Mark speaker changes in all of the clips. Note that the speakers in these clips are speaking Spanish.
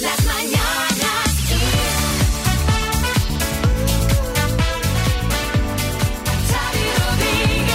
Speaker 1: Las mañanas Kiss. Xavi Rodríguez.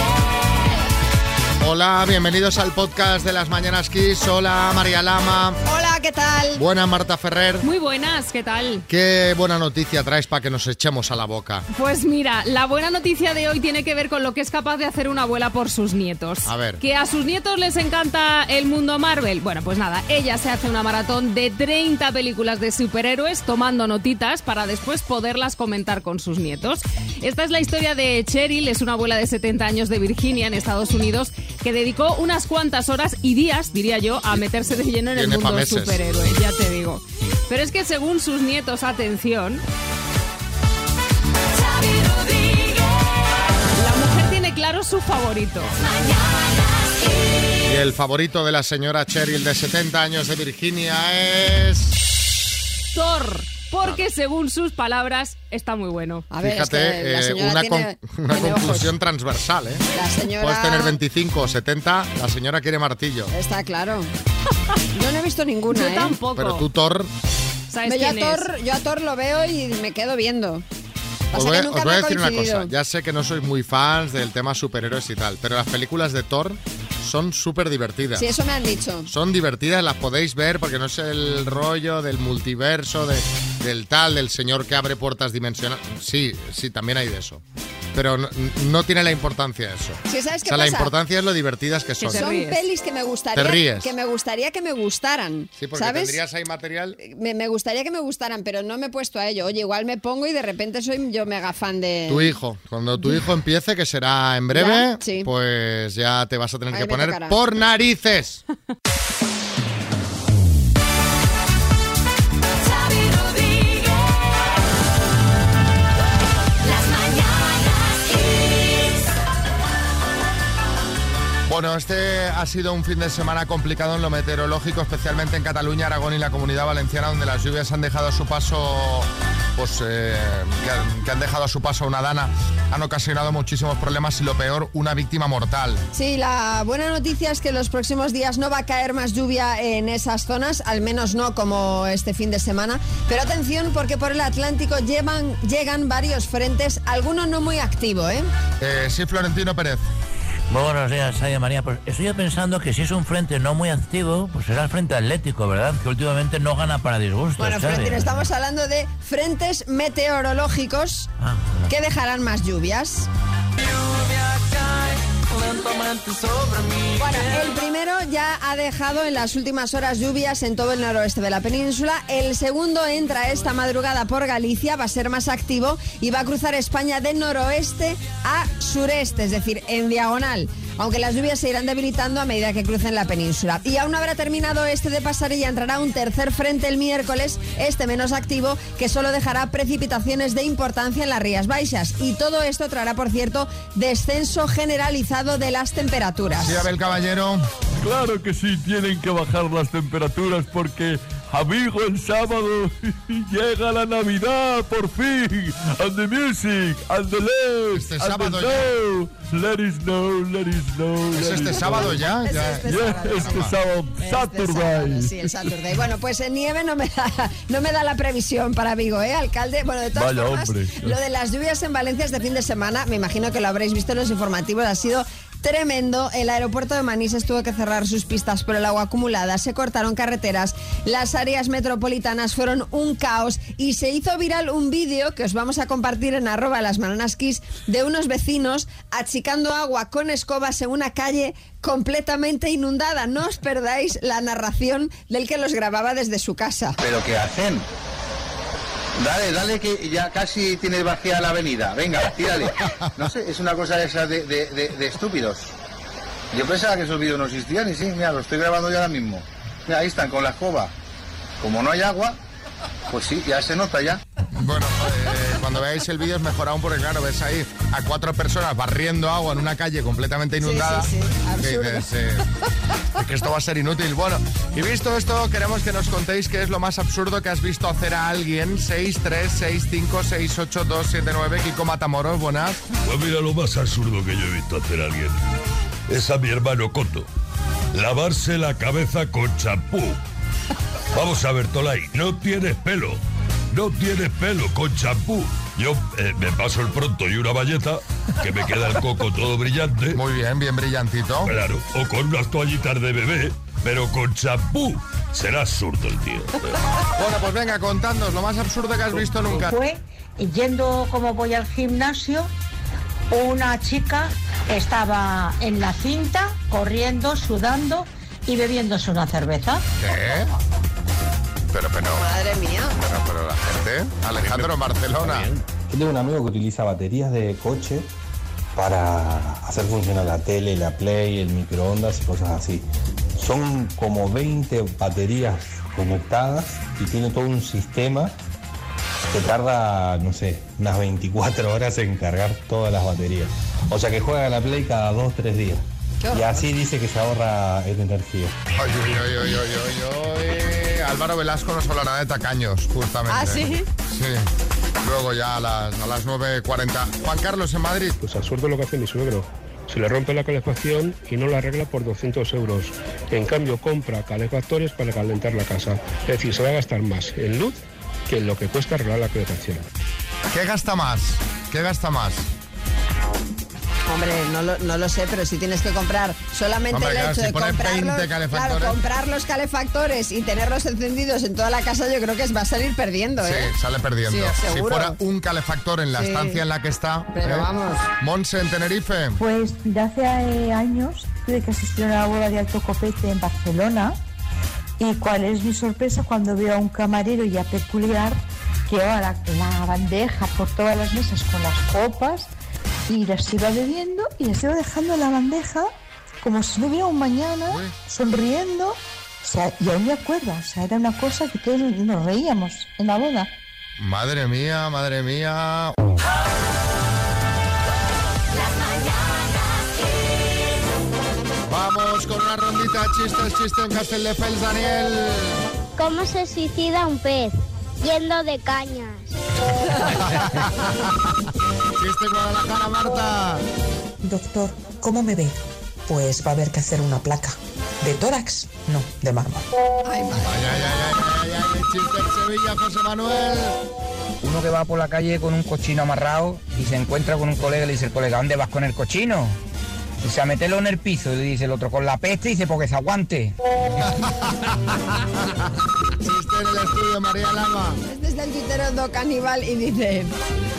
Speaker 2: Hola, bienvenidos al podcast de las Mañanas Kiss. Hola, María Lama.
Speaker 3: Hola, ¿qué tal?
Speaker 2: Buena, Marta Ferrer.
Speaker 4: Muy buenas, ¿qué tal?
Speaker 2: Qué buena noticia traes para que nos echemos a la boca.
Speaker 4: Pues mira, la buena noticia de hoy tiene que ver con lo que es capaz de hacer una abuela por sus nietos.
Speaker 2: A ver.
Speaker 4: Que a sus nietos les encanta el mundo Marvel. Bueno, pues nada, ella se hace una maratón de 30 películas de superhéroes tomando notitas para después poderlas comentar con sus nietos. Esta es la historia de Cheryl, es una abuela de 70 años de Virginia en Estados Unidos que dedicó unas cuantas horas y días, diría yo, a meterse de lleno en el
Speaker 2: Tiene pa'
Speaker 4: mundo
Speaker 2: meses.
Speaker 4: superhéroe, ya te digo. Pero es que según sus nietos, atención,
Speaker 1: Xavi Rodríguez.
Speaker 4: La mujer tiene claro su favorito.
Speaker 1: Mañanas Kiss.
Speaker 2: Y el favorito de la señora Cheryl de 70 años de Virginia es...
Speaker 4: Thor. Porque según sus palabras está muy bueno.
Speaker 3: A ver,
Speaker 2: Fíjate,
Speaker 3: es que la
Speaker 2: eh,
Speaker 3: señora
Speaker 2: una,
Speaker 3: tiene,
Speaker 2: con- una
Speaker 3: tiene ojos.
Speaker 2: conclusión transversal, ¿eh?
Speaker 3: La señora
Speaker 2: Puedes tener 25 o 70, la señora quiere martillo.
Speaker 3: está claro. Yo no he visto ninguna,
Speaker 4: Yo
Speaker 3: ¿eh?
Speaker 4: tampoco.
Speaker 2: Pero tú, Thor,
Speaker 4: ¿Sabes
Speaker 3: Me- yo, a
Speaker 4: quién es?
Speaker 3: Thor, yo a Thor lo veo y me quedo viendo.
Speaker 2: os
Speaker 3: Pasa
Speaker 2: voy,
Speaker 3: que
Speaker 2: a-
Speaker 3: nunca
Speaker 2: os voy a
Speaker 3: me ha
Speaker 2: decir una
Speaker 3: coincidido.
Speaker 2: cosa. Ya sé que no sois muy fans del tema superhéroes y tal, pero las películas de Thor son súper divertidas.
Speaker 3: Sí, eso me han dicho.
Speaker 2: son divertidas, las podéis ver porque no es el rollo del multiverso, de- del tal, del señor que abre puertas dimensionales. Sí, sí, también hay de eso. Pero no, no tiene la importancia eso.
Speaker 3: Sí, ¿sabes
Speaker 2: o
Speaker 3: qué
Speaker 2: sea, la
Speaker 3: pasa?
Speaker 2: importancia es lo divertidas que son.
Speaker 4: te
Speaker 3: Son
Speaker 4: ríes.
Speaker 3: pelis que me gustaría
Speaker 2: Te ríes.
Speaker 3: que me gustaría que me gustaran.
Speaker 2: Sí, porque
Speaker 3: ¿Sabes?
Speaker 2: tendrías ahí material.
Speaker 3: Me, me gustaría que me gustaran, pero no me he puesto a ello. Oye, igual me pongo y de repente soy yo mega fan de
Speaker 2: Tu hijo, cuando tu hijo empiece, que será en breve,
Speaker 3: Ya, sí.
Speaker 2: pues ya te vas a tener
Speaker 3: Ahí
Speaker 2: que
Speaker 3: me
Speaker 2: poner
Speaker 3: tocará.
Speaker 2: por narices.
Speaker 1: Xavi Rodríguez. Las mañanas Kiss.
Speaker 2: Bueno, este ha sido un fin de semana complicado en lo meteorológico, especialmente en Cataluña, Aragón y la Comunidad Valenciana, donde las lluvias han dejado a su paso, pues, eh, que, han, que han dejado a su paso una dana, han ocasionado muchísimos problemas y lo peor, una víctima mortal.
Speaker 3: Sí, la buena noticia es que los próximos días no va a caer más lluvia en esas zonas, al menos no como este fin de semana. Pero atención porque por el Atlántico llevan, llegan varios frentes, alguno no muy activo, ¿eh?
Speaker 2: Eh, sí, Florentino Pérez.
Speaker 5: Muy buenos días, Xavi María. Pues estoy yo pensando que si es un frente no muy activo, pues será el frente atlético, ¿verdad? Que últimamente no gana para disgustos,
Speaker 3: Bueno,
Speaker 5: Xavi.
Speaker 3: Florentino, estamos hablando de frentes meteorológicos
Speaker 5: Ah, hola.
Speaker 3: que dejarán más lluvias. Bueno, el primero ya ha dejado en las últimas horas lluvias en todo el noroeste de la península. El segundo entra esta madrugada por Galicia, va a ser más activo y va a cruzar España de noroeste a sureste, es decir, en diagonal. Aunque las lluvias se irán debilitando a medida que crucen la península. Y aún no habrá terminado este de pasar y ya entrará un tercer frente el miércoles, este menos activo, que solo dejará precipitaciones de importancia en las Rías Baixas. Y todo esto traerá, por cierto, descenso generalizado de las temperaturas.
Speaker 2: Sí, Abel Caballero.
Speaker 6: Claro que sí, tienen que bajar las temperaturas porque, amigo, el sábado llega la Navidad, por fin. And the music, and the love,
Speaker 2: Este
Speaker 6: and
Speaker 2: sábado
Speaker 6: the snow. Let it snow, let it snow.
Speaker 2: ¿Es
Speaker 6: let
Speaker 2: este
Speaker 6: it
Speaker 2: sábado
Speaker 6: snow.
Speaker 2: ya?
Speaker 3: Es
Speaker 2: Ya-
Speaker 3: este
Speaker 6: Yeah,
Speaker 3: sábado.
Speaker 6: este sábado,
Speaker 3: Este
Speaker 6: Saturday.
Speaker 3: sábado, Sí, el Saturday. Bueno, pues en nieve no me da, no me da la previsión para Vigo, ¿eh, alcalde? Bueno, de todas
Speaker 6: Vaya
Speaker 3: formas,
Speaker 6: hombre.
Speaker 3: lo de las lluvias en Valencia este fin de semana, me imagino que lo habréis visto en los informativos, ha sido tremendo. El aeropuerto de Manises tuvo que cerrar sus pistas por el agua acumulada, se cortaron carreteras, las áreas metropolitanas fueron un caos y se hizo viral un vídeo que os vamos a compartir en arroba las Manonas Kiss, de unos vecinos achicando agua con escobas en una calle completamente inundada. No os perdáis la narración del que los grababa desde su casa.
Speaker 7: ¿Pero qué hacen? Dale, dale, que ya casi tienes vacía la avenida. Venga, tírale. No sé, es una cosa esa de, de- de- de estúpidos. Yo pensaba que esos vídeos no existían y sí, mira, lo estoy grabando yo ahora mismo. Mira, ahí están con la escoba. Como no hay agua, pues sí, ya se nota ya.
Speaker 2: Bueno, eh, cuando veáis el vídeo es mejor aún porque, claro, ves ahí a cuatro personas barriendo agua en una calle completamente inundada.
Speaker 3: sí, sí,
Speaker 2: Que dices, eh, que esto va a ser inútil. Bueno, y visto esto, queremos que nos contéis qué es lo más absurdo que has visto hacer a alguien. 636568279, Kiko Matamoros, buenas.
Speaker 8: Pues mira lo más absurdo que yo he visto hacer a alguien. Es a mi hermano Coto. Lavarse la cabeza con champú. Vamos a ver, Tolai, no tienes pelo. No tienes pelo con champú. Yo eh, me paso el pronto y una valleta, que me queda el coco todo brillante.
Speaker 2: Muy bien, bien brillantito.
Speaker 8: Claro, o con unas toallitas de bebé, pero con champú. Será absurdo el tío.
Speaker 2: Bueno, pues venga, contadnos lo más absurdo que has visto nunca.
Speaker 9: fue yendo como voy al gimnasio, una chica estaba en la cinta, corriendo, sudando y bebiéndose una cerveza.
Speaker 2: ¿Qué? Pero, pero,
Speaker 3: Madre mía.
Speaker 2: pero, pero la gente. Alejandro, Barcelona.
Speaker 10: Yo tengo un amigo que utiliza baterías de coche para hacer funcionar la tele, la play, el microondas y cosas así. Son como 20 baterías conectadas y tiene todo un sistema que tarda, no sé, unas 24 horas en cargar todas las baterías. O sea que juega la play cada 2-3 días.
Speaker 3: Qué horror.
Speaker 10: Y así dice que se ahorra en energía.
Speaker 2: Oy, oy, oy, oy, oy, oy, oy. Álvaro Velasco nos hablará de tacaños, justamente.
Speaker 3: ¿Ah, sí?
Speaker 2: Sí. Luego ya a las, a las 9.40. Juan Carlos en Madrid.
Speaker 11: Pues absurdo lo que hace mi suegro. Se le rompe la calefacción y no la arregla por 200 euros. En cambio, compra calefactores para calentar la casa. Es decir, se va a gastar más en luz que en lo que cuesta arreglar la calefacción.
Speaker 2: ¿Qué gasta más? ¿Qué gasta más?
Speaker 3: Hombre, no lo, no lo sé, pero si tienes que comprar solamente
Speaker 2: Hombre,
Speaker 3: el
Speaker 2: claro,
Speaker 3: hecho
Speaker 2: si
Speaker 3: de
Speaker 2: pones
Speaker 3: comprar
Speaker 2: 20
Speaker 3: los,
Speaker 2: calefactores.
Speaker 3: claro, comprar los calefactores y tenerlos encendidos en toda la casa, yo creo que va a salir perdiendo,
Speaker 2: Sí,
Speaker 3: ¿eh?
Speaker 2: sale perdiendo.
Speaker 3: Sí,
Speaker 2: si
Speaker 3: seguro.
Speaker 2: fuera un calefactor en la
Speaker 3: Sí.
Speaker 2: estancia en la que está. ¿eh?
Speaker 3: Pero vamos.
Speaker 2: Monse en Tenerife.
Speaker 9: Pues de hace eh, años tuve que asistir a una boda de alto copete en Barcelona y cuál es mi sorpresa cuando veo a un camarero ya peculiar que lleva la, la bandeja por todas las mesas con las copas y las iba bebiendo y las iba dejando en la bandeja como si no hubiera un mañana,
Speaker 2: Uy.
Speaker 9: sonriendo. O sea, y aún me acuerdo, o sea, era una cosa que todos nos reíamos en la boda.
Speaker 2: Madre mía, madre mía. Vamos con una rondita chistes, chiste en Castelldefels, Daniel.
Speaker 4: ¿Cómo se suicida un pez? Yendo de cañas.
Speaker 2: Chiste en Guadalajara, Marta.
Speaker 9: Doctor, ¿cómo me ve? Pues va a haber que hacer una placa. ¿De tórax? No, de mármol.
Speaker 3: Ay, madre.
Speaker 2: Ay, ay, ay, ay, ay, ay, chiste en Sevilla, José Manuel.
Speaker 10: Uno que va por la calle con un cochino amarrado y se encuentra con un colega y le dice el colega, ¿dónde vas con el cochino? Y se a meterlo en el piso, y dice el otro, con la peste, y dice, porque se aguante.
Speaker 2: Chiste en el estudio, María Lama.
Speaker 3: Este es del tuitero Do Caníbal y dice,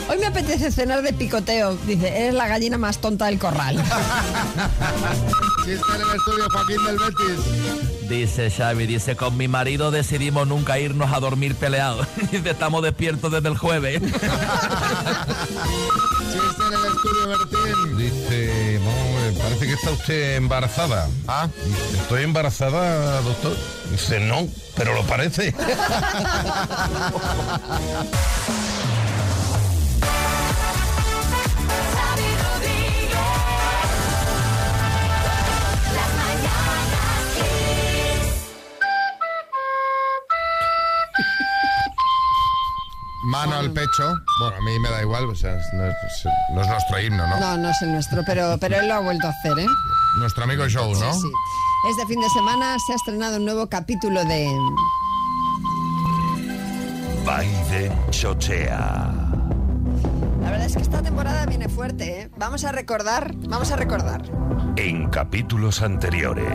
Speaker 3: hoy me apetece cenar de picoteo. Dice, eres la gallina más tonta del corral.
Speaker 2: Chiste en el estudio, Joaquín del Betis.
Speaker 5: Dice Xavi, dice, con mi marido decidimos nunca irnos a dormir peleados. Dice, estamos despiertos desde el jueves.
Speaker 2: Chiste en el estudio, Bertín.
Speaker 8: Dice,
Speaker 12: eh,
Speaker 8: parece que está usted embarazada.
Speaker 2: Ah,
Speaker 8: ¿Estoy embarazada, doctor? Dice, no, pero lo parece.
Speaker 12: Xavi Rodríguez. Las mañanas Kiss.
Speaker 2: mano al pecho. Bueno, a mí me da igual, o sea, no es, no es nuestro himno, ¿no?
Speaker 3: No, no es el nuestro, pero, pero él lo ha vuelto a hacer, ¿eh?
Speaker 2: Nuestro amigo Joe, ¿no?
Speaker 3: Sí, sí. Este fin de semana se ha estrenado un nuevo capítulo de...
Speaker 8: Biden chochea.
Speaker 3: La verdad es que esta temporada viene fuerte, ¿eh? Vamos a recordar, vamos a recordar.
Speaker 8: En capítulos anteriores.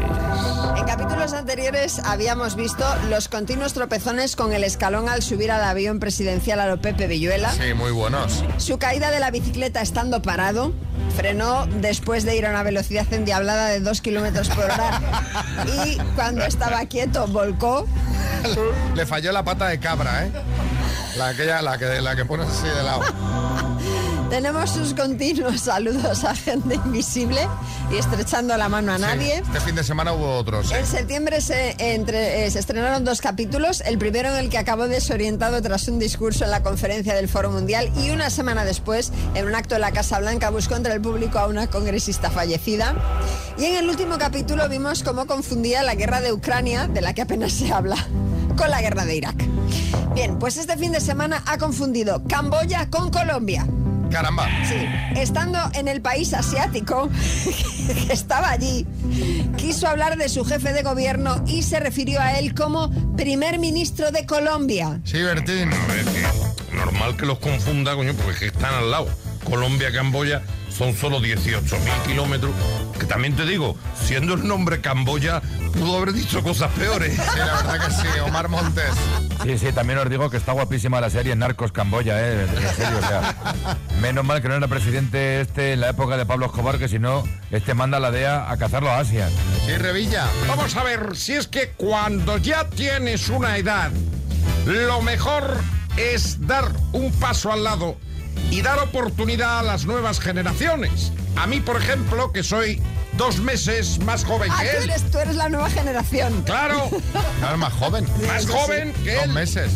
Speaker 3: En capítulos anteriores habíamos visto los continuos tropezones con el escalón al subir al avión presidencial a lo Pepe Villuela.
Speaker 2: Sí, muy buenos.
Speaker 3: Su caída de la bicicleta estando parado frenó después de ir a una velocidad endiablada de 2 kilómetros por hora y cuando estaba quieto volcó.
Speaker 2: Le falló la pata de cabra, ¿eh? La, aquella, la, que, la que pones así de lado.
Speaker 3: Tenemos sus continuos saludos a gente invisible y estrechando la mano a
Speaker 2: Sí,
Speaker 3: nadie.
Speaker 2: Este fin de semana hubo otros. ¿eh?
Speaker 3: En septiembre se, entre- eh, se estrenaron dos capítulos, el primero en el que acabó desorientado tras un discurso en la conferencia del Foro Mundial y una semana después, en un acto de la Casa Blanca, buscó entre el público a una congresista fallecida. Y en el último capítulo vimos cómo confundía la guerra de Ucrania, de la que apenas se habla, con la guerra de Irak. Bien, pues este fin de semana ha confundido Camboya con Colombia.
Speaker 2: Caramba.
Speaker 3: Sí. Estando en el país asiático, que estaba allí, quiso hablar de su jefe de gobierno y se refirió a él como primer ministro de Colombia.
Speaker 2: Sí, Bertín.
Speaker 12: A ver, que normal que los confunda, coño, porque es que están al lado. Colombia, Camboya son solo 18.000 kilómetros. Que también te digo, siendo el nombre Camboya, pudo haber dicho cosas peores.
Speaker 2: Sí, la verdad que sí, Omar Montes.
Speaker 13: Sí, sí, también os digo que está guapísima la serie Narcos Camboya, ¿eh? En serio, o sea, menos mal que no era presidente este en la época de Pablo Escobar, que si no, este manda a la DEA a cazarlo a Asia.
Speaker 2: Sí, Revilla.
Speaker 14: Vamos a ver, si es que cuando ya tienes una edad, lo mejor es dar un paso al lado y dar oportunidad a las nuevas generaciones. A mí, por ejemplo, que soy dos meses más joven
Speaker 3: Ah,
Speaker 14: que
Speaker 3: tú
Speaker 14: él.
Speaker 3: eres, tú eres la nueva generación.
Speaker 14: Pues Claro,
Speaker 2: Claro, más joven.
Speaker 14: más joven que
Speaker 2: Dos
Speaker 14: él.
Speaker 2: meses.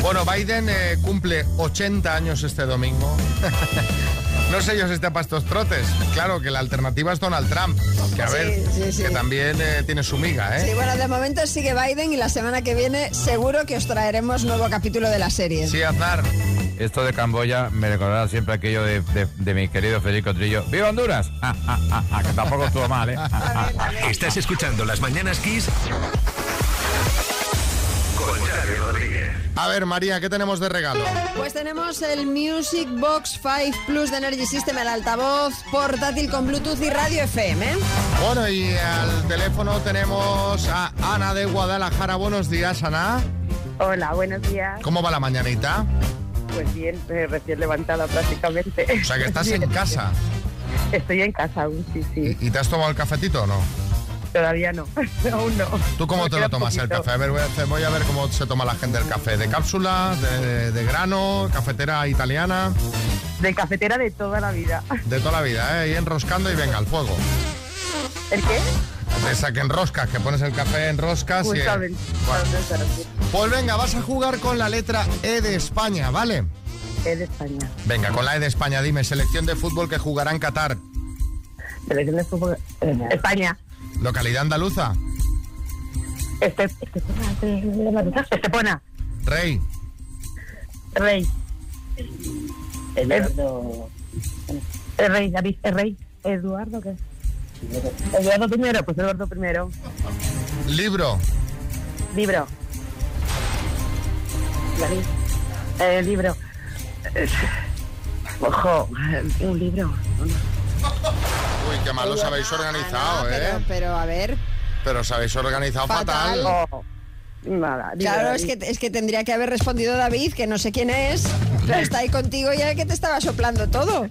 Speaker 2: Bueno, Biden eh, cumple 80 años este domingo. No sé yo si está para estos trotes. Claro que la alternativa es Donald Trump, que a
Speaker 3: Sí,
Speaker 2: ver,
Speaker 3: sí, sí.
Speaker 2: que también eh, tiene su miga,
Speaker 3: Sí,
Speaker 2: ¿eh?
Speaker 3: bueno, de momento sigue Biden y la semana que viene seguro que os traeremos nuevo capítulo de la serie.
Speaker 2: Sí, Aznar.
Speaker 13: Esto de Camboya me recordará siempre aquello de, de- de mi querido Federico Trillo. ¡Viva Honduras! Ah, ah, ah, ah, que tampoco estuvo mal, ¿eh? Ah, ah, ah.
Speaker 8: Estás escuchando Las Mañanas Kiss con Xavi Rodríguez.
Speaker 2: A ver, María, ¿qué tenemos de regalo?
Speaker 3: Pues tenemos el Music Box 5 Plus de Energy System, el altavoz portátil con Bluetooth y radio ¿eh? FM.
Speaker 2: Bueno, y al teléfono tenemos a Ana de Guadalajara. Buenos días, Ana.
Speaker 9: Hola, buenos días.
Speaker 2: ¿Cómo va la mañanita?
Speaker 9: Pues bien, eh, recién levantada prácticamente.
Speaker 2: O sea, que estás en casa.
Speaker 9: Estoy en casa aún, sí, sí.
Speaker 2: ¿Y te has tomado el cafetito o no?
Speaker 9: Todavía no, aún no.
Speaker 2: ¿Tú cómo
Speaker 9: Me
Speaker 2: te
Speaker 9: queda
Speaker 2: lo tomas el
Speaker 9: poquito.
Speaker 2: café? A ver, voy a, hacer- voy a ver cómo se toma la gente el café. ¿De cápsula? ¿De, de grano? ¿Cafetera italiana?
Speaker 9: De cafetera de toda la vida.
Speaker 2: De toda la vida, ¿eh? Y enroscando y venga al fuego.
Speaker 9: ¿El qué?
Speaker 2: De esa que enroscas, que pones el café en roscas y...
Speaker 9: Justamente.
Speaker 2: Pues venga, vas a jugar con la letra E de España, ¿vale?
Speaker 9: Es de España.
Speaker 2: Venga, con la E de España, dime, selección de fútbol que jugará en Qatar.
Speaker 9: Selección de fútbol. eh, España.
Speaker 2: Localidad andaluza.
Speaker 9: Este, Estepona. Estepona.
Speaker 2: Rey.
Speaker 9: Rey. Eduardo.
Speaker 2: Eh.
Speaker 9: El eh, rey, David, el rey. Eduardo, ¿qué? Eduardo primero, pues Eduardo primero.
Speaker 2: Libro.
Speaker 9: Libro. Eh, libro. Eh, Ojo, eh, un libro.
Speaker 2: Uy, qué mal os habéis organizado,
Speaker 3: Pero,
Speaker 2: ¿eh?
Speaker 3: pero, a ver,
Speaker 2: Pero os habéis organizado fatal.
Speaker 3: Fatal.
Speaker 9: Nada. libro,
Speaker 3: claro, es
Speaker 9: David.
Speaker 3: que, es que tendría que haber respondido David, que no sé quién es, pero está ahí contigo y el que te estaba soplando todo.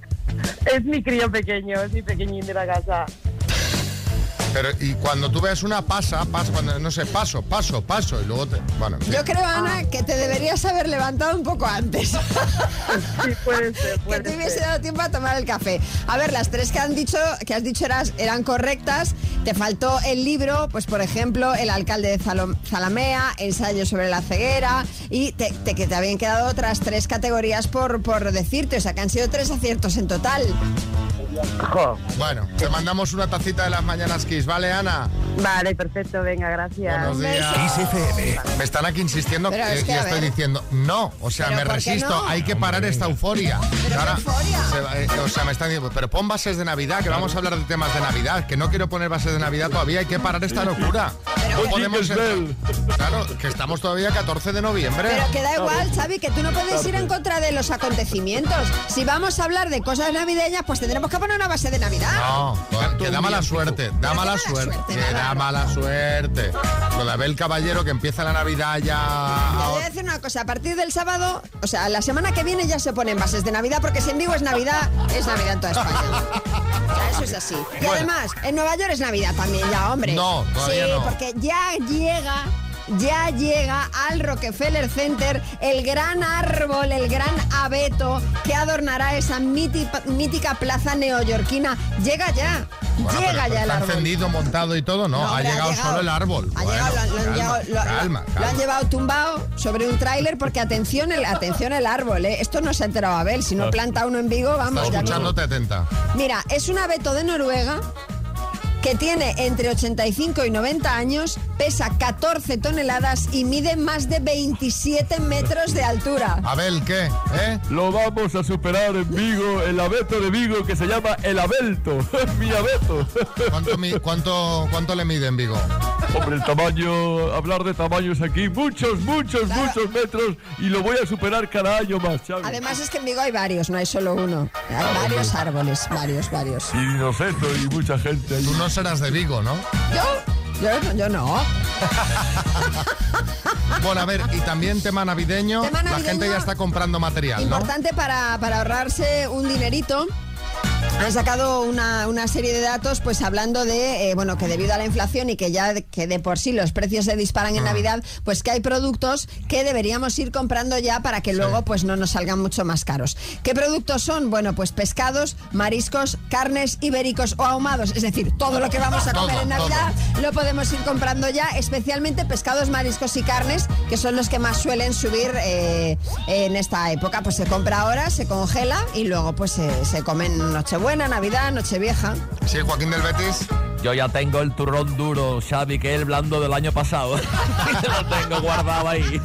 Speaker 9: Es mi crío pequeño, es mi pequeñín de la casa.
Speaker 2: Pero y cuando tú veas una pasa, pasa, cuando, no sé, paso, paso, paso y luego te, bueno, en fin.
Speaker 3: Yo creo, Ana, que te deberías haber levantado un poco antes. que te hubiese dado tiempo a tomar el café. A ver, las tres que han dicho, que has dicho eras- eran correctas. Te faltó el libro, pues por ejemplo, El alcalde de Zalo- Zalamea, Ensayo sobre la ceguera, y te, te- que te habían quedado otras tres categorías por, por decirte, o sea que han sido tres aciertos en total.
Speaker 2: bueno, te mandamos una tacita de las mañanas Kiss, ¿vale, Ana?
Speaker 9: Vale, perfecto, venga, gracias.
Speaker 2: Buenos días. Me están aquí insistiendo
Speaker 9: Pero
Speaker 2: eh,
Speaker 9: es que,
Speaker 2: y
Speaker 9: a
Speaker 2: estoy
Speaker 9: ver.
Speaker 2: diciendo, no, o sea,
Speaker 9: Pero
Speaker 2: me
Speaker 9: ¿por qué
Speaker 2: resisto,
Speaker 9: no?
Speaker 2: hay que parar esta euforia. Ahora, se va, eh, o sea, me están diciendo, pero pon bases de Navidad, que vamos a hablar de temas de Navidad, que no quiero poner bases de Navidad todavía, hay que parar esta locura. No podemos entrar- Claro, que estamos todavía 14 de noviembre.
Speaker 3: Pero que da igual, Xavi, que tú no puedes ir en contra de los acontecimientos. Si vamos a hablar de cosas navideñas, pues tendremos que poner una base de Navidad.
Speaker 2: No, que da mala suerte, da mala suerte, que da mala suerte. Lo de Abel Caballero que empieza la Navidad
Speaker 3: Te
Speaker 2: ya...
Speaker 3: voy a decir una cosa, a partir del sábado, o sea, la semana que viene ya se ponen bases de Navidad, porque si en Vigo es Navidad, es Navidad en toda España. O sea, eso es así. Y
Speaker 2: Bueno.
Speaker 3: además, en Nueva York es Navidad también ya, hombre.
Speaker 2: No, todavía
Speaker 3: Sí,
Speaker 2: no.
Speaker 3: porque ya llega... Ya llega al Rockefeller Center el gran árbol, el gran abeto que adornará esa míti- mítica plaza neoyorquina. Llega ya,
Speaker 2: Bueno,
Speaker 3: llega
Speaker 2: pero
Speaker 3: ya el
Speaker 2: está
Speaker 3: árbol.
Speaker 2: encendido, montado y todo, no,
Speaker 3: No,
Speaker 2: ha,
Speaker 3: hombre, ha
Speaker 2: llegado
Speaker 3: llegado.
Speaker 2: solo el árbol.
Speaker 3: Ha
Speaker 2: Bueno,
Speaker 3: llegado, lo han- lo han
Speaker 2: calma,
Speaker 3: llegado- lo- lo-
Speaker 2: calma,
Speaker 3: lo han
Speaker 2: calma.
Speaker 3: llevado tumbado sobre un tráiler porque atención el, atención el árbol, ¿eh? Esto no se ha enterado Abel, si no planta uno en Vigo,
Speaker 2: Está
Speaker 3: vamos ya.
Speaker 2: escuchándote atenta.
Speaker 3: Mira, es un abeto de Noruega que tiene entre 85 y 90 años, pesa 14 toneladas y mide más de 27 metros de altura.
Speaker 2: Abel, ¿qué? ¿Eh?
Speaker 15: Lo vamos a superar en Vigo, el abeto de Vigo que se llama el Abelto. Mi abeto.
Speaker 2: ¿Cuánto, mi- cuánto, cuánto le mide en Vigo?
Speaker 15: Hombre, el tamaño, hablar de tamaños aquí, muchos, muchos, muchos metros y lo voy a superar cada año más, Xavi.
Speaker 3: Además es que en Vigo hay varios, no hay solo uno. Hay varios árboles, varios, varios.
Speaker 15: Y Inoceto y mucha gente.
Speaker 2: Tú no serás de Vigo, ¿no?
Speaker 3: Yo, yo, yo no.
Speaker 2: Bueno, a ver, y también tema navideño.
Speaker 3: Tema
Speaker 2: La gente
Speaker 3: navideño.
Speaker 2: ya está comprando material, ¿no?
Speaker 3: Importante para, para ahorrarse un dinerito. Han sacado una, una serie de datos pues hablando de, eh, bueno, que debido a la inflación y que ya de- que de por sí los precios se disparan en Navidad, pues que hay productos que deberíamos ir comprando ya para que luego pues no nos salgan mucho más caros. ¿Qué productos son? Bueno, pues pescados, mariscos, carnes ibéricos o ahumados, es decir, todo lo que vamos a
Speaker 9: Todo,
Speaker 3: comer en
Speaker 9: todo.
Speaker 3: Navidad lo podemos ir comprando ya, especialmente pescados, mariscos y carnes, que son los que más suelen subir eh, en esta época. Pues se compra ahora, se congela y luego pues se, se come en Nochebuena, Navidad, Nochevieja.
Speaker 2: Sí, Joaquín del Betis.
Speaker 13: Yo ya tengo el turrón duro, Xavi, que es el blando del año pasado. Lo tengo guardado ahí.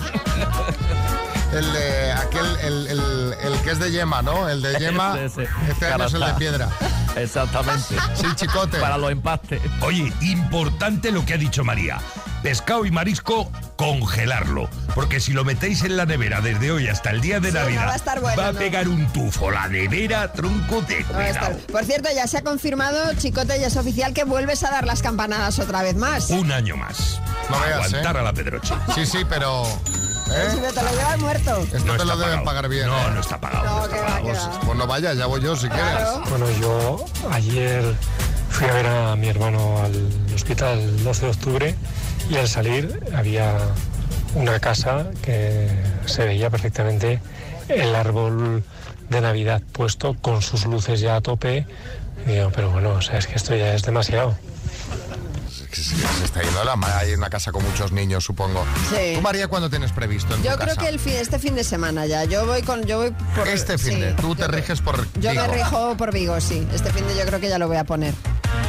Speaker 2: El de aquel, el, el- el que es de yema, ¿no? El de yema.
Speaker 13: Ese, ese.
Speaker 2: Este año es el de
Speaker 13: Carata.
Speaker 2: piedra.
Speaker 13: Exactamente.
Speaker 2: Sí, chicote.
Speaker 13: Para los empastes.
Speaker 14: Oye, importante lo que ha dicho María. Pescado y marisco, congelarlo. Porque si lo metéis en la nevera desde hoy hasta el día de
Speaker 3: Sí, no
Speaker 14: Navidad,
Speaker 3: va a estar bueno,
Speaker 14: a
Speaker 3: no.
Speaker 14: pegar un tufo. La nevera, tronco de
Speaker 3: No va a estar.
Speaker 14: cuidado.
Speaker 3: Por cierto, ya se ha confirmado, Chicote, ya es oficial que vuelves a dar las campanadas otra vez más.
Speaker 14: Un
Speaker 2: ¿eh?
Speaker 14: año más.
Speaker 2: No veas,
Speaker 14: Aguantar
Speaker 2: ¿eh?
Speaker 14: a la Pedroche.
Speaker 2: Sí, sí, pero. ¿eh?
Speaker 3: Si no te lo llevas muerto.
Speaker 2: Esto
Speaker 14: No
Speaker 2: te lo
Speaker 14: está pagado.
Speaker 2: deben pagar bien.
Speaker 14: No,
Speaker 2: ¿eh?
Speaker 14: no está pagado.
Speaker 3: No, que va, que va.
Speaker 2: Pues no vaya, ya voy yo si
Speaker 3: Claro.
Speaker 2: quieres.
Speaker 16: Bueno, yo ayer fui a ver a mi hermano al hospital el 12 de octubre y al salir había una casa que se veía perfectamente el árbol de Navidad puesto con sus luces ya a tope. Y digo, pero bueno, o sea, es que esto ya es demasiado.
Speaker 2: Sí, se está yendo la madre. Hay una casa con muchos niños, supongo.
Speaker 3: Sí.
Speaker 2: ¿Tú, María, cuándo tienes previsto? En
Speaker 3: Yo
Speaker 2: tu
Speaker 3: creo
Speaker 2: casa?
Speaker 3: que el fin, este fin de semana ya. Yo voy con, yo voy por
Speaker 2: Este
Speaker 3: sí.
Speaker 2: fin de. Tú te riges por.
Speaker 3: Yo
Speaker 2: Vigo.
Speaker 3: me rijo por Vigo, sí. Este fin de yo creo que ya lo voy a poner.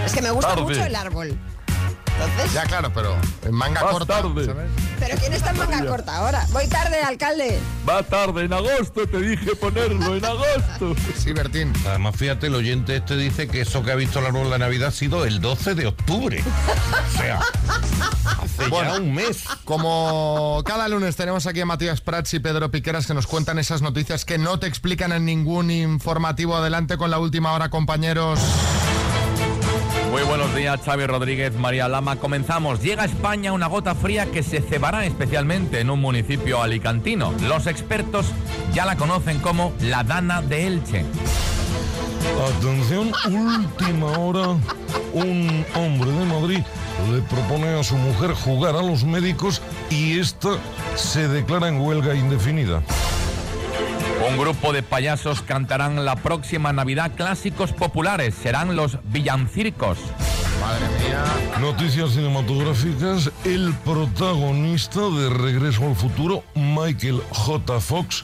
Speaker 3: Es que me gusta
Speaker 2: Tarde.
Speaker 3: mucho el árbol.
Speaker 2: Ya, claro, pero en manga
Speaker 15: Más
Speaker 2: corta.
Speaker 15: tarde.
Speaker 2: ¿sabes?
Speaker 3: Pero ¿quién está en manga corta ahora? Voy tarde, alcalde.
Speaker 15: Va tarde, en agosto te dije ponerlo, en agosto.
Speaker 2: Sí, Bertín.
Speaker 14: Además, fíjate, el oyente este dice que eso que ha visto a lo largo de la Navidad ha sido el 12 de octubre. O sea, hace ya un mes.
Speaker 2: Como cada lunes tenemos aquí a Matías Prats y Pedro Piqueras que nos cuentan esas noticias que no te explican en ningún informativo. Adelante con la última hora, compañeros.
Speaker 13: Muy buenos días, Xavi Rodríguez, María Lama. Comenzamos. Llega a España una gota fría que se cebará especialmente en un municipio alicantino. Los expertos ya la conocen como la Dana de Elche.
Speaker 12: Atención, última hora. Un hombre de Madrid le propone a su mujer jugar a los médicos y esta se declara en huelga indefinida.
Speaker 13: Un grupo de payasos cantarán la próxima Navidad clásicos populares. Serán los villancircos.
Speaker 2: Madre mía.
Speaker 12: Noticias cinematográficas. El protagonista de Regreso al Futuro, Michael J. Fox,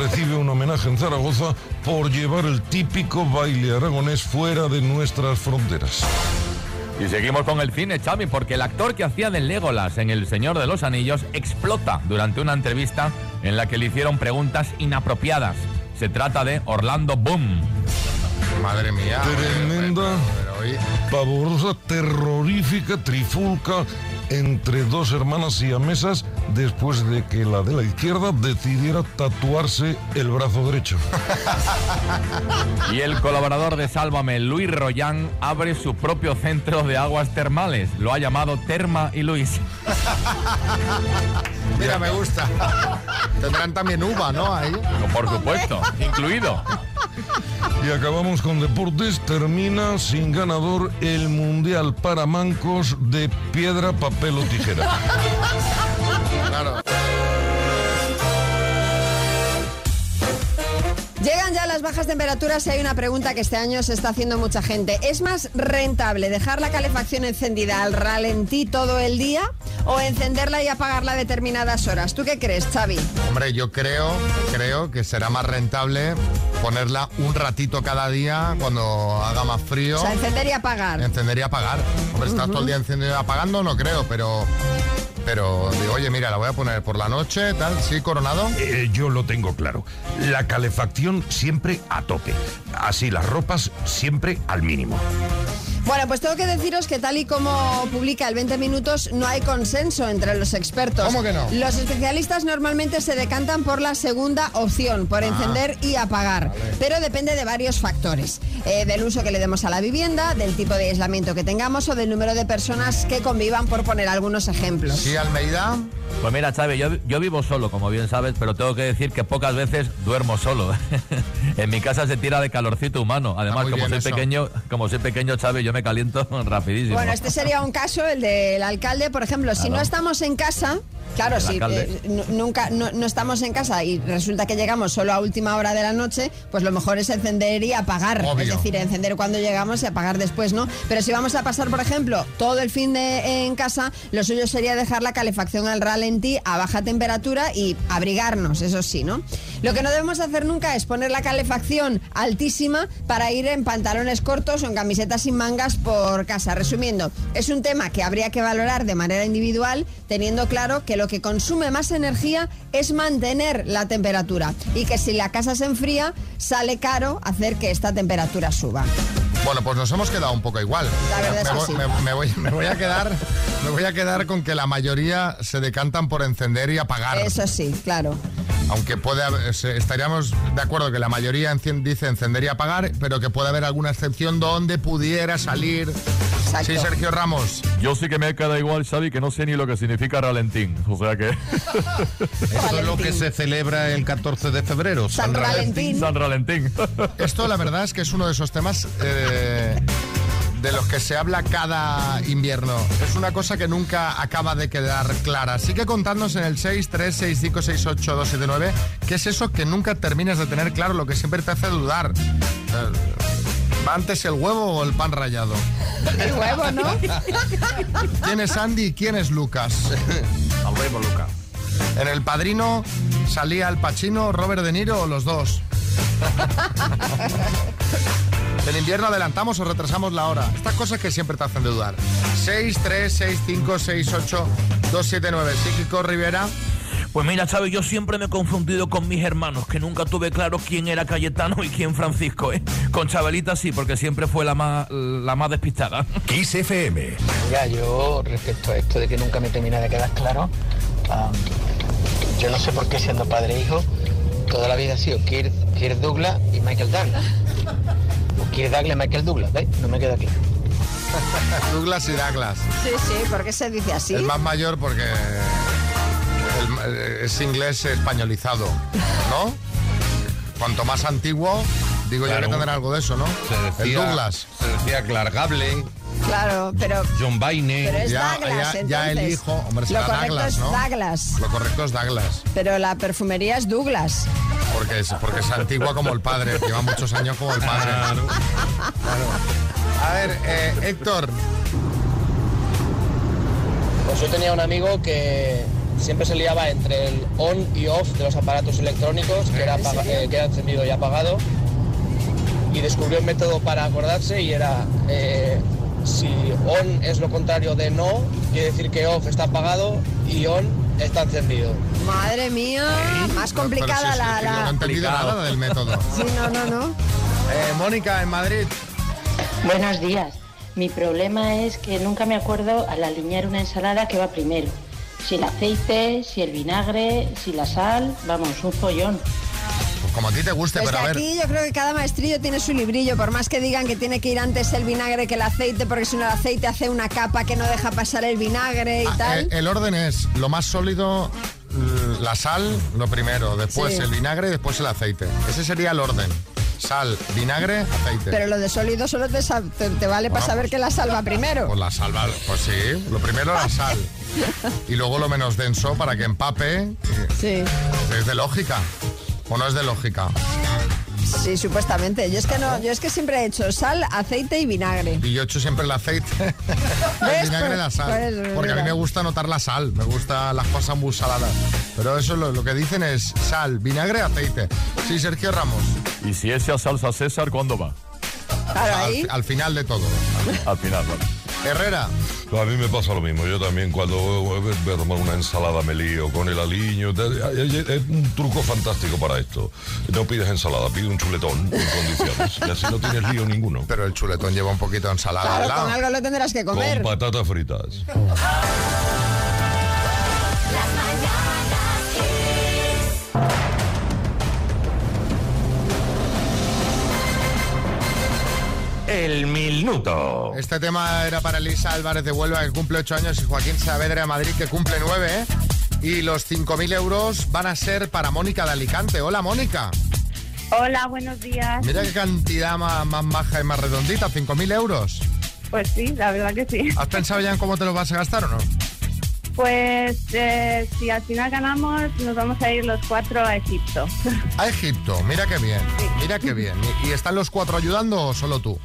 Speaker 12: recibe un homenaje en Zaragoza por llevar el típico baile aragonés fuera de nuestras fronteras.
Speaker 13: Y seguimos con el cine, Xavi, porque el actor que hacía de Legolas en El Señor de los Anillos explota durante una entrevista en la que le hicieron preguntas inapropiadas. Se trata de Orlando Boom.
Speaker 2: Madre mía.
Speaker 12: Tremenda, pavorosa, terrorífica trifulca entre dos hermanas siamesas después de que la de la izquierda decidiera tatuarse el brazo derecho.
Speaker 13: Y el colaborador de Sálvame, Luis Royán, abre su propio centro de aguas termales. Lo ha llamado Terma y Luis.
Speaker 2: Mira, me gusta. Tendrán también uva, ¿no? Ahí.
Speaker 13: Por supuesto, incluido.
Speaker 12: Y acabamos con deportes. Termina sin ganador el Mundial para Mancos de piedra, papel o tijera.
Speaker 2: Claro.
Speaker 3: Llegan ya las las bajas temperaturas hay una pregunta que este año se está haciendo mucha gente. ¿Es más rentable dejar la calefacción encendida al ralentí todo el día o encenderla y apagarla a determinadas horas? ¿Tú qué crees, Xavi?
Speaker 2: Hombre, yo creo, creo que será más rentable ponerla un ratito cada día cuando haga más frío.
Speaker 3: O sea, encender y apagar.
Speaker 2: Encender y apagar. Hombre, estás
Speaker 3: Ujú.
Speaker 2: todo el día encendiendo y apagando, no creo, pero... Pero digo, oye, mira, la voy a poner por la noche, tal, sí, coronado.
Speaker 8: Eh, yo lo tengo claro. La calefacción siempre a tope. Así las ropas siempre al mínimo.
Speaker 3: Bueno, pues tengo que deciros que tal y como publica el 20 Minutos, no hay consenso entre los expertos.
Speaker 2: ¿Cómo que no?
Speaker 3: Los especialistas normalmente se decantan por la segunda opción, por
Speaker 2: Ah.
Speaker 3: encender y apagar. Pero depende de varios factores. eh, del uso que le demos a la vivienda, del tipo de aislamiento que tengamos o del número de personas que convivan, por poner algunos ejemplos.
Speaker 2: Almeida.
Speaker 13: Pues mira, Chávez, yo, yo vivo solo, como bien sabes, pero tengo que decir que pocas veces duermo solo. en mi casa se tira de calorcito humano. Además,
Speaker 2: muy
Speaker 13: como
Speaker 2: bien
Speaker 13: soy,
Speaker 2: eso.
Speaker 13: pequeño, como soy pequeño, Chávez, yo me caliento rapidísimo.
Speaker 3: Bueno, este sería un caso, el del alcalde, por ejemplo, si
Speaker 13: Claro.
Speaker 3: no estamos en casa, claro,
Speaker 13: El
Speaker 3: si
Speaker 13: alcalde.
Speaker 3: eh, nu- nunca no, no estamos en casa y resulta que llegamos solo a última hora de la noche, pues lo mejor es encender y apagar,
Speaker 2: Obvio.
Speaker 3: es decir, encender cuando llegamos y apagar después, ¿no? Pero si vamos a pasar, por ejemplo, todo el fin de en casa, lo suyo sería dejar la calefacción al ralentí a baja temperatura y abrigarnos, eso sí, ¿no? Lo que no debemos hacer nunca es poner la calefacción altísima para ir en pantalones cortos o en camisetas sin mangas por casa. Resumiendo, es un tema que habría que valorar de manera individual, teniendo claro que lo que consume más energía es mantener la temperatura y que si la casa se enfría, sale caro hacer que esta temperatura suba.
Speaker 2: Bueno, pues nos hemos quedado un poco igual.
Speaker 3: La verdad es
Speaker 2: me,
Speaker 3: que
Speaker 2: voy-
Speaker 3: sí.
Speaker 2: me- me voy, me voy a quedar, me voy a quedar con que la mayoría se decantan por encender y apagar.
Speaker 3: Eso sí, claro.
Speaker 2: Aunque puede haber- se- estaríamos de acuerdo que la mayoría encien- dice encender y apagar, pero que puede haber alguna excepción donde pudiera salir. Sí, Sergio Ramos.
Speaker 17: Yo sí Este que me he quedado igual, Xavi, que no sé ni lo que significa ralentín. O sea que...
Speaker 8: Eso es lo que se celebra el 14 de febrero.
Speaker 17: San Valentín.
Speaker 8: San
Speaker 17: Valentín.
Speaker 2: Esto la verdad es que es uno de esos temas eh, de los que se habla cada invierno. Es una cosa que nunca acaba de quedar clara. Así que contadnos en el 636568279 qué es eso que nunca terminas de tener claro, lo que siempre te hace dudar. Eh, ¿Va antes el huevo o el pan rallado?
Speaker 3: El huevo, ¿no?
Speaker 2: ¿Quién es Andy y quién es Lucas?
Speaker 13: Al huevo, Lucas.
Speaker 2: En El Padrino salía Al Pacino, Robert De Niro o los dos. En invierno adelantamos o retrasamos la hora. Estas cosas que siempre te hacen de dudar. 6, 3, 6, 5, 6, 8, 2, 7, 9. Psíquico Rivera.
Speaker 5: Pues mira, Chávez, yo siempre me he confundido con mis hermanos, que nunca tuve claro quién era Cayetano y quién Francisco, ¿eh? Con Chabelita sí, porque siempre fue la más, la más despistada. Kiss FM.
Speaker 18: Mira, yo respecto a esto de que nunca me termina de quedar claro, ah, yo no sé por qué siendo padre e hijo, toda la vida ha sido Kirk, Kirk Douglas y Michael Douglas. O Kirk Douglas y Michael Douglas, ¿ves? No me queda claro.
Speaker 2: Douglas y Douglas.
Speaker 3: Sí, sí, ¿por qué se dice así?
Speaker 2: El más mayor porque el- eh, es inglés españolizado, ¿no? Cuanto más antiguo, digo yo
Speaker 8: Claro.
Speaker 2: que tendrá algo de eso, ¿no? el
Speaker 8: decía-
Speaker 2: Douglas.
Speaker 8: Se decía Clargable,
Speaker 3: Claro, pero
Speaker 8: John Baine.
Speaker 3: Pero es Douglas,
Speaker 2: ya, ya
Speaker 3: entonces.
Speaker 2: el hijo, hombre,
Speaker 3: Lo
Speaker 2: será
Speaker 3: correcto
Speaker 2: Douglas,
Speaker 3: es
Speaker 2: ¿no?
Speaker 3: Douglas.
Speaker 2: Lo correcto es Douglas,
Speaker 3: Pero la perfumería es Douglas.
Speaker 2: porque es, porque es antigua como el padre, lleva muchos años como el padre. Claro. A ver, eh, Héctor,
Speaker 18: Pues yo tenía un amigo que siempre se liaba entre el on y off de los aparatos electrónicos, que era, apaga- eh, que era encendido y apagado, y descubrió un método para acordarse y era eh, si on es lo contrario de no, quiere decir que off está apagado y on está encendido.
Speaker 3: Madre mía, más complicada la...
Speaker 2: yo no he
Speaker 3: la-
Speaker 2: entendido nada del método.
Speaker 3: Sí, no, no, no.
Speaker 2: Eh, Mónica, en Madrid.
Speaker 19: Buenos días. Mi problema es que nunca me acuerdo al alinear una ensalada que va primero. Si el aceite, si el vinagre, si la sal, vamos, un follón.
Speaker 2: Pues como a ti te guste,
Speaker 3: Es que
Speaker 2: pero a ver.
Speaker 3: aquí yo creo que cada maestrillo tiene su librillo, por más que digan que tiene que ir antes el vinagre que el aceite, porque si no el aceite hace una capa que no deja pasar el vinagre y
Speaker 2: eh,
Speaker 3: tal.
Speaker 2: el orden es lo más sólido, l- la sal, lo primero, después
Speaker 3: Sí.
Speaker 2: el vinagre y después el aceite. Ese sería el orden. Sal, vinagre, aceite.
Speaker 3: Pero lo de sólido solo te, sa- te- te vale para
Speaker 2: Bueno,
Speaker 3: saber que la salva primero.
Speaker 2: Pues la sal, vale. pues sí, lo primero la sal. Y luego lo menos denso para que empape.
Speaker 3: Sí.
Speaker 2: Es de lógica. ¿O no es de lógica?
Speaker 3: Sí, supuestamente. Yo es que no, yo es que siempre he hecho sal, aceite y vinagre.
Speaker 2: Y yo echo siempre el aceite, el vinagre y la sal.
Speaker 3: Pues, pues,
Speaker 2: porque a mí
Speaker 3: mira.
Speaker 2: me gusta notar la sal, me gustan las cosas muy saladas. Pero eso lo, lo que dicen es sal, vinagre, aceite. Sí, Sergio Ramos.
Speaker 20: ¿Y si esa salsa César, cuándo va?
Speaker 2: Al, al final de todo.
Speaker 20: Al final, ¿no?
Speaker 2: Herrera.
Speaker 8: A mí me pasa lo mismo. Yo también cuando voy a tomar una ensalada me lío con el aliño. tal. eh, Es un truco fantástico para esto. No pides ensalada, pide un chuletón en condiciones. Y así no tienes lío ninguno.
Speaker 2: Pero el chuletón lleva un poquito de ensalada
Speaker 3: Claro, con algo lo tendrás que comer.
Speaker 8: Con patatas fritas.
Speaker 2: El minuto. Este tema era para Elisa Álvarez de Huelva, que cumple 8 años, y Joaquín Saavedra de Madrid, que cumple 9. ¿eh? Y los 5.000 euros van a ser para Mónica de Alicante. Hola, Mónica.
Speaker 21: Hola, buenos días.
Speaker 2: Mira qué cantidad más, más maja y más redondita, 5.000 euros.
Speaker 21: Pues sí, la verdad que sí.
Speaker 2: ¿Has pensado ya en cómo te los vas a gastar o no?
Speaker 21: Pues eh, si al final ganamos, nos vamos a ir los cuatro a Egipto.
Speaker 2: A Egipto, mira qué bien, mira qué bien. ¿Y, y están los cuatro ayudando o solo tú?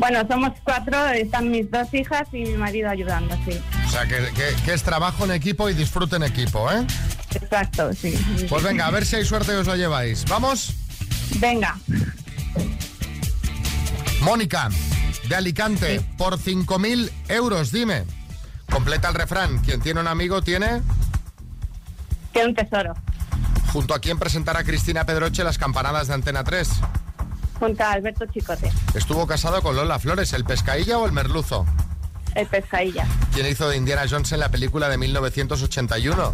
Speaker 21: Bueno, somos cuatro, están mis dos hijas y mi marido ayudando, sí.
Speaker 2: O sea, que, que- que es trabajo en equipo y disfrute en equipo, ¿eh?
Speaker 21: Exacto, sí.
Speaker 2: Pues venga, a ver si hay suerte y os lo lleváis. ¿Vamos?
Speaker 21: Venga.
Speaker 2: Mónica, de Alicante, por 5.000 euros, dime. Completa el refrán. Quien tiene un amigo tiene...
Speaker 21: Tiene un tesoro.
Speaker 2: Junto a quien presentará Cristina Pedroche las campanadas de Antena 3.
Speaker 21: Junto a Alberto Chicote,
Speaker 2: Estuvo casado con Lola Flores, ¿el pescailla o el merluzo?
Speaker 21: el pescadilla.
Speaker 2: ¿Quién hizo de Indiana Jones en la película de 1981?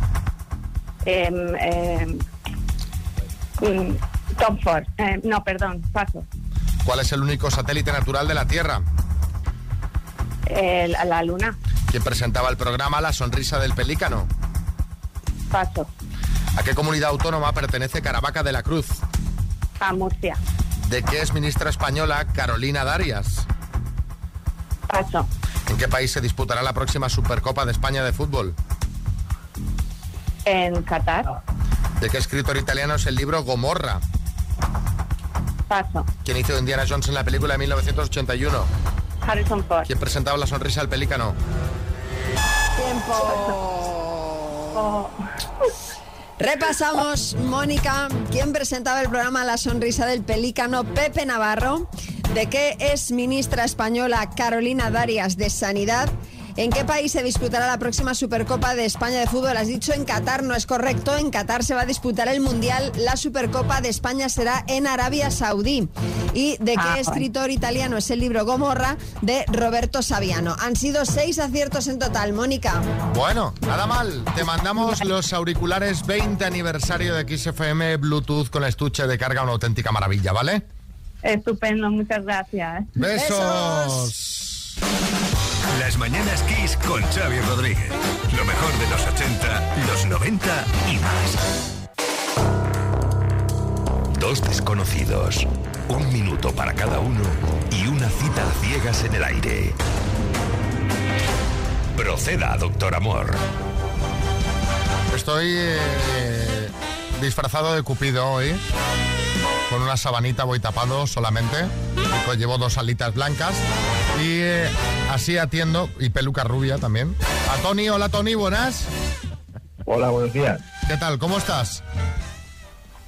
Speaker 21: Em, em, mm, Tom Ford. Em, no, perdón, paso.
Speaker 2: ¿Cuál es el único satélite natural de la Tierra?
Speaker 21: Eh, la, la luna,
Speaker 2: ¿Quién presentaba el programa La Sonrisa del Pelícano?
Speaker 21: paso.
Speaker 2: ¿A qué comunidad autónoma pertenece Caravaca de la Cruz?
Speaker 21: A Murcia,
Speaker 2: ¿De qué es ministra española Carolina Darias?
Speaker 21: paso.
Speaker 2: ¿En qué país se disputará la próxima Supercopa de España de fútbol?
Speaker 21: En Qatar,
Speaker 2: ¿De qué escritor italiano es el libro Gomorra?
Speaker 21: paso.
Speaker 2: ¿Quién hizo de Indiana Jones en la película de 1981?
Speaker 21: Harrison Ford.
Speaker 2: ¿Quién presentaba la sonrisa del pelícano?
Speaker 3: Tiempo. Repasamos, Mónica, ¿quién presentaba el programa La Sonrisa del Pelícano, Pepe Navarro, de qué es ministra española Carolina Darias de Sanidad, en qué país se disputará la próxima Supercopa de España de Fútbol, has dicho en Qatar, no es correcto, en Qatar se va a disputar el Mundial, la Supercopa de España será en Arabia Saudí, y de
Speaker 21: Ah,
Speaker 3: qué escritor italiano es el libro Gomorra de Roberto Saviano. Han sido seis aciertos en total, Mónica.
Speaker 2: Bueno, nada mal. Te mandamos los auriculares 20 aniversario de XFM Bluetooth con estuche de carga, una auténtica maravilla, ¿vale?
Speaker 21: Estupendo, muchas gracias.
Speaker 2: Besos.
Speaker 14: Las mañanas Kiss con Xavi Rodríguez. Lo mejor de los 80, los 90 y más. Dos desconocidos, un minuto para cada uno y una cita a ciegas en el aire. Proceda, doctor amor.
Speaker 2: Estoy eh, disfrazado de Cupido hoy. Con una sabanita voy tapado solamente. Pues llevo dos alitas blancas. Y eh, así atiendo, y peluca rubia también. A Tony, hola Tony, buenas.
Speaker 11: Hola, buenos días.
Speaker 2: ¿Qué tal? ¿Cómo estás?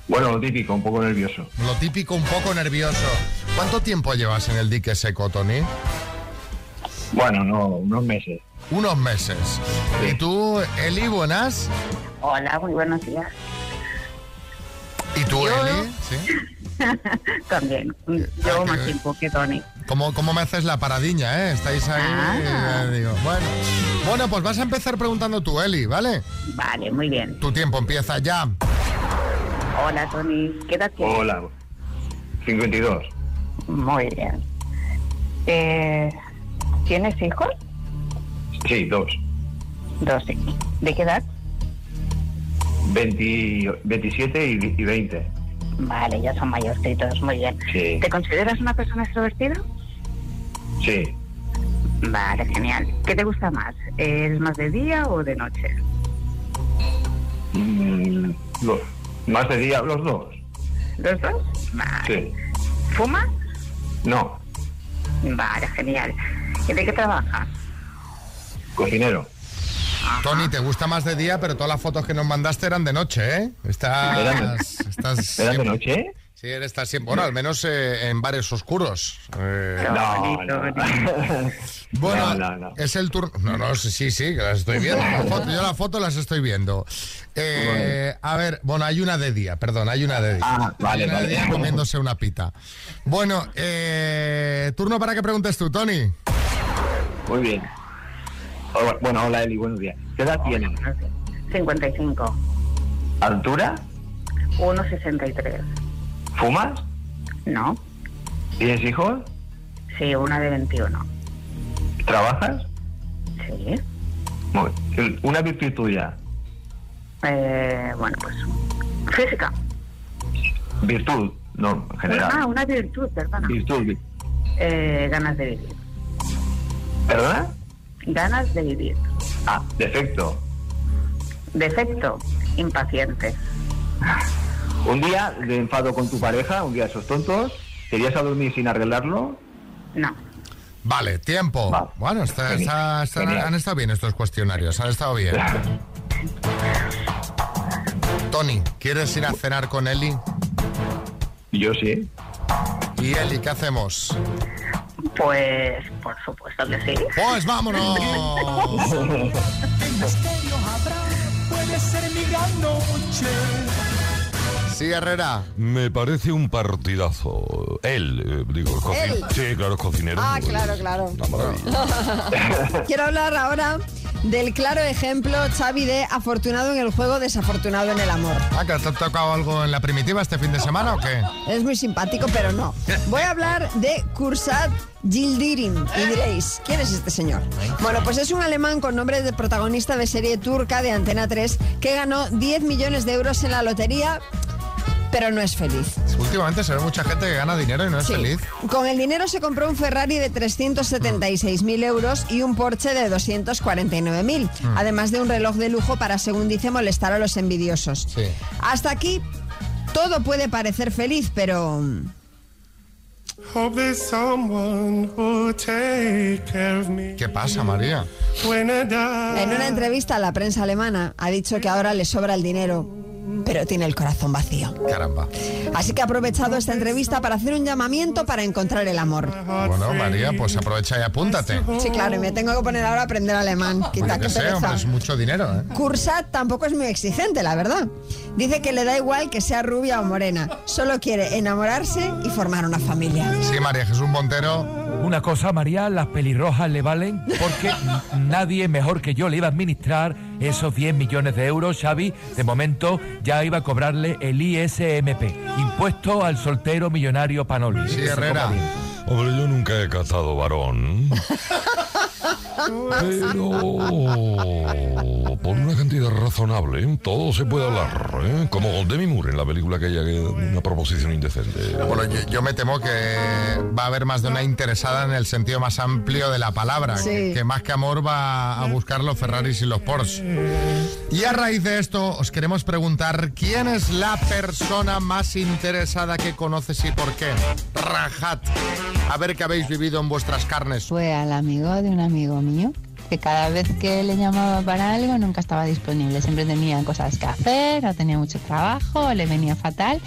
Speaker 11: Bueno, lo típico, un poco nervioso.
Speaker 2: Lo típico, un poco nervioso. ¿Cuánto tiempo llevas en el dique seco, Tony?
Speaker 11: Bueno, no, unos meses.
Speaker 2: Unos meses. ¿Y tú, Eli, buenas?
Speaker 22: Hola, muy buenos días.
Speaker 2: ¿Y tú, Eli? ¿Sí? Eh,
Speaker 22: También. Llevo más tiempo que Tony.
Speaker 2: ¿Cómo, cómo me haces la paradiña, eh? Estáis ahí.
Speaker 22: Ah.
Speaker 2: eh, digo, bueno. bueno, pues vas a empezar preguntando tú, Eli, ¿vale?
Speaker 22: Vale, muy bien.
Speaker 2: Tu tiempo empieza ya.
Speaker 22: Hola, Tony. ¿Qué edad tienes?
Speaker 11: Hola. 52.
Speaker 22: Muy bien. Eh, ¿Tienes hijos?
Speaker 11: Sí, dos.
Speaker 22: Dos. sí. ¿De qué edad?
Speaker 11: 20 27 y, y 20.
Speaker 22: Vale, ya son mayorcitos. Muy bien.
Speaker 11: Sí.
Speaker 22: ¿Te consideras una persona extrovertida?
Speaker 11: Sí.
Speaker 22: Vale, genial. ¿Qué te gusta más? ¿Eres más de día o de noche?
Speaker 11: Mm, lo- más de día, los dos.
Speaker 22: ¿Los dos? Vale.
Speaker 11: Sí.
Speaker 22: ¿Fuma?
Speaker 11: No,
Speaker 22: Vale, genial. ¿Y de qué trabaja?
Speaker 11: cocinero.
Speaker 2: Tony, te gusta más de día, pero todas las fotos que nos mandaste eran de noche, ¿eh?
Speaker 11: ¿Eran-
Speaker 2: Estás, estás
Speaker 11: ¿Eran de
Speaker 2: siempre-
Speaker 11: noche?
Speaker 2: Sí, él está siempre. Bueno, al menos eh, en bares oscuros. Eh,
Speaker 11: No, no, no.
Speaker 2: Bueno,
Speaker 11: No, no, no.
Speaker 2: es el turno. No, no, sí, sí, sí, que las estoy viendo. La foto- yo las fotos las estoy viendo. Eh, a ver, bueno, hay una de día, perdón, hay una de día.
Speaker 11: Ah, vale,
Speaker 2: Hay una de
Speaker 11: vale.
Speaker 2: día comiéndose una pita. Bueno, eh, turno para que preguntes tú, Tony.
Speaker 11: Muy bien. Hola- Bueno, hola Eli, buenos días. ¿Qué edad tienes?
Speaker 22: 55.
Speaker 11: ¿Altura?
Speaker 22: 1,63.
Speaker 11: ¿Fumas?
Speaker 22: No.
Speaker 11: ¿Tienes hijos?
Speaker 22: Sí, una de 21.
Speaker 11: ¿Trabajas?
Speaker 22: Sí.
Speaker 11: Muy bien. Una virtud tuya.
Speaker 22: Eh, bueno, pues. Física.
Speaker 11: Virtud, no, en
Speaker 22: Ah,
Speaker 11: general.
Speaker 22: una virtud, perdona.
Speaker 11: Virtud. vi-
Speaker 22: Eh, ganas de vivir.
Speaker 11: ¿Perdona?
Speaker 22: Ganas de vivir.
Speaker 11: Ah, defecto.
Speaker 22: Defecto. Impaciente.
Speaker 11: Un día de enfado con tu pareja, un día de esos tontos, ¿te irías a dormir sin arreglarlo?
Speaker 22: No.
Speaker 2: Vale, tiempo. Bueno, está-
Speaker 11: Genial.
Speaker 2: está- está-
Speaker 11: Genial.
Speaker 2: han estado bien estos cuestionarios, han estado bien. Tony, ¿quieres ir a cenar con Eli?
Speaker 11: Yo sí.
Speaker 2: ¿Y Eli, qué hacemos?
Speaker 22: Pues, por supuesto que sí.
Speaker 2: Pues vámonos.
Speaker 23: misterio habrá, puede ser mi gran noche.
Speaker 2: Sí, Herrera.
Speaker 12: Me parece un partidazo. Él, eh, digo, el cocinero.
Speaker 3: Él.
Speaker 12: Sí, claro, es cocinero.
Speaker 3: Ah,
Speaker 12: Bueno,
Speaker 3: claro, claro.
Speaker 12: una maravilla.
Speaker 3: Quiero hablar ahora del claro ejemplo, Xavi, de afortunado en el juego, desafortunado en el amor.
Speaker 2: Ah, ¿que ¿Te ha tocado algo en la primitiva este fin de semana o qué?
Speaker 3: Es muy simpático, pero no. Voy a hablar de Kursat Yildirim. Y diréis, ¿quién es este señor? Bueno, pues es un alemán con nombre de protagonista de serie turca de Antena 3 que ganó 10 millones de euros en la lotería, pero no es feliz.
Speaker 2: Últimamente se ve mucha gente que gana dinero y no es
Speaker 3: Sí.
Speaker 2: feliz.
Speaker 3: Con el dinero se compró un Ferrari de 376.000 euros y un Porsche de 249.000,
Speaker 2: Mm.
Speaker 3: además de un reloj de lujo para, según dice, molestar a los envidiosos.
Speaker 2: Sí.
Speaker 3: Hasta aquí todo puede parecer feliz, pero... mm,
Speaker 23: Hope there's someone who'll take care of me.
Speaker 2: ¿Qué pasa, María?
Speaker 23: When I die.
Speaker 3: En una entrevista a la prensa alemana ha dicho que ahora le sobra el dinero, pero tiene el corazón vacío.
Speaker 2: Caramba.
Speaker 3: Así que ha aprovechado esta entrevista para hacer un llamamiento para encontrar el amor.
Speaker 2: Bueno, María, pues aprovecha y apúntate.
Speaker 3: Sí, claro, y me tengo que poner ahora a aprender alemán. Quita,
Speaker 2: Yo
Speaker 3: qué
Speaker 2: qué sé,
Speaker 3: pereza.
Speaker 2: hombre, es mucho dinero, ¿eh?
Speaker 3: Kursat tampoco es muy exigente, la verdad. Dice que le da igual que sea rubia o morena, solo quiere enamorarse y formar una familia.
Speaker 2: Sí, María Jesús Montero.
Speaker 13: Una cosa, María, las pelirrojas le valen porque nadie mejor que yo le iba a administrar esos 10 millones de euros, Xavi. De momento ya iba a cobrarle el ISMP, Impuesto al Soltero Millonario Panoli.
Speaker 12: Sí,
Speaker 13: Que se
Speaker 12: Herrera.
Speaker 13: coma bien.
Speaker 12: Hombre, yo nunca he cazado varón.
Speaker 8: Oh,
Speaker 12: Pero por una cantidad razonable, ¿eh? todo se puede hablar. ¿eh? Como con Demi Moore en la película que ella que una proposición indecente.
Speaker 2: Bueno, yo, yo me temo que va a haber más de una interesada en el sentido más amplio de la palabra,
Speaker 3: Sí.
Speaker 2: que, que más que amor va a buscar los Ferraris y los Porsche. Y a raíz de esto os queremos preguntar quién es la persona más interesada que conoces y por qué. Rajat, a ver qué habéis vivido en vuestras carnes.
Speaker 1: Fue al amigo de un amigo mío que cada vez que le llamaba para algo nunca estaba disponible, siempre tenía cosas que hacer, o tenía mucho trabajo, o le venía fatal,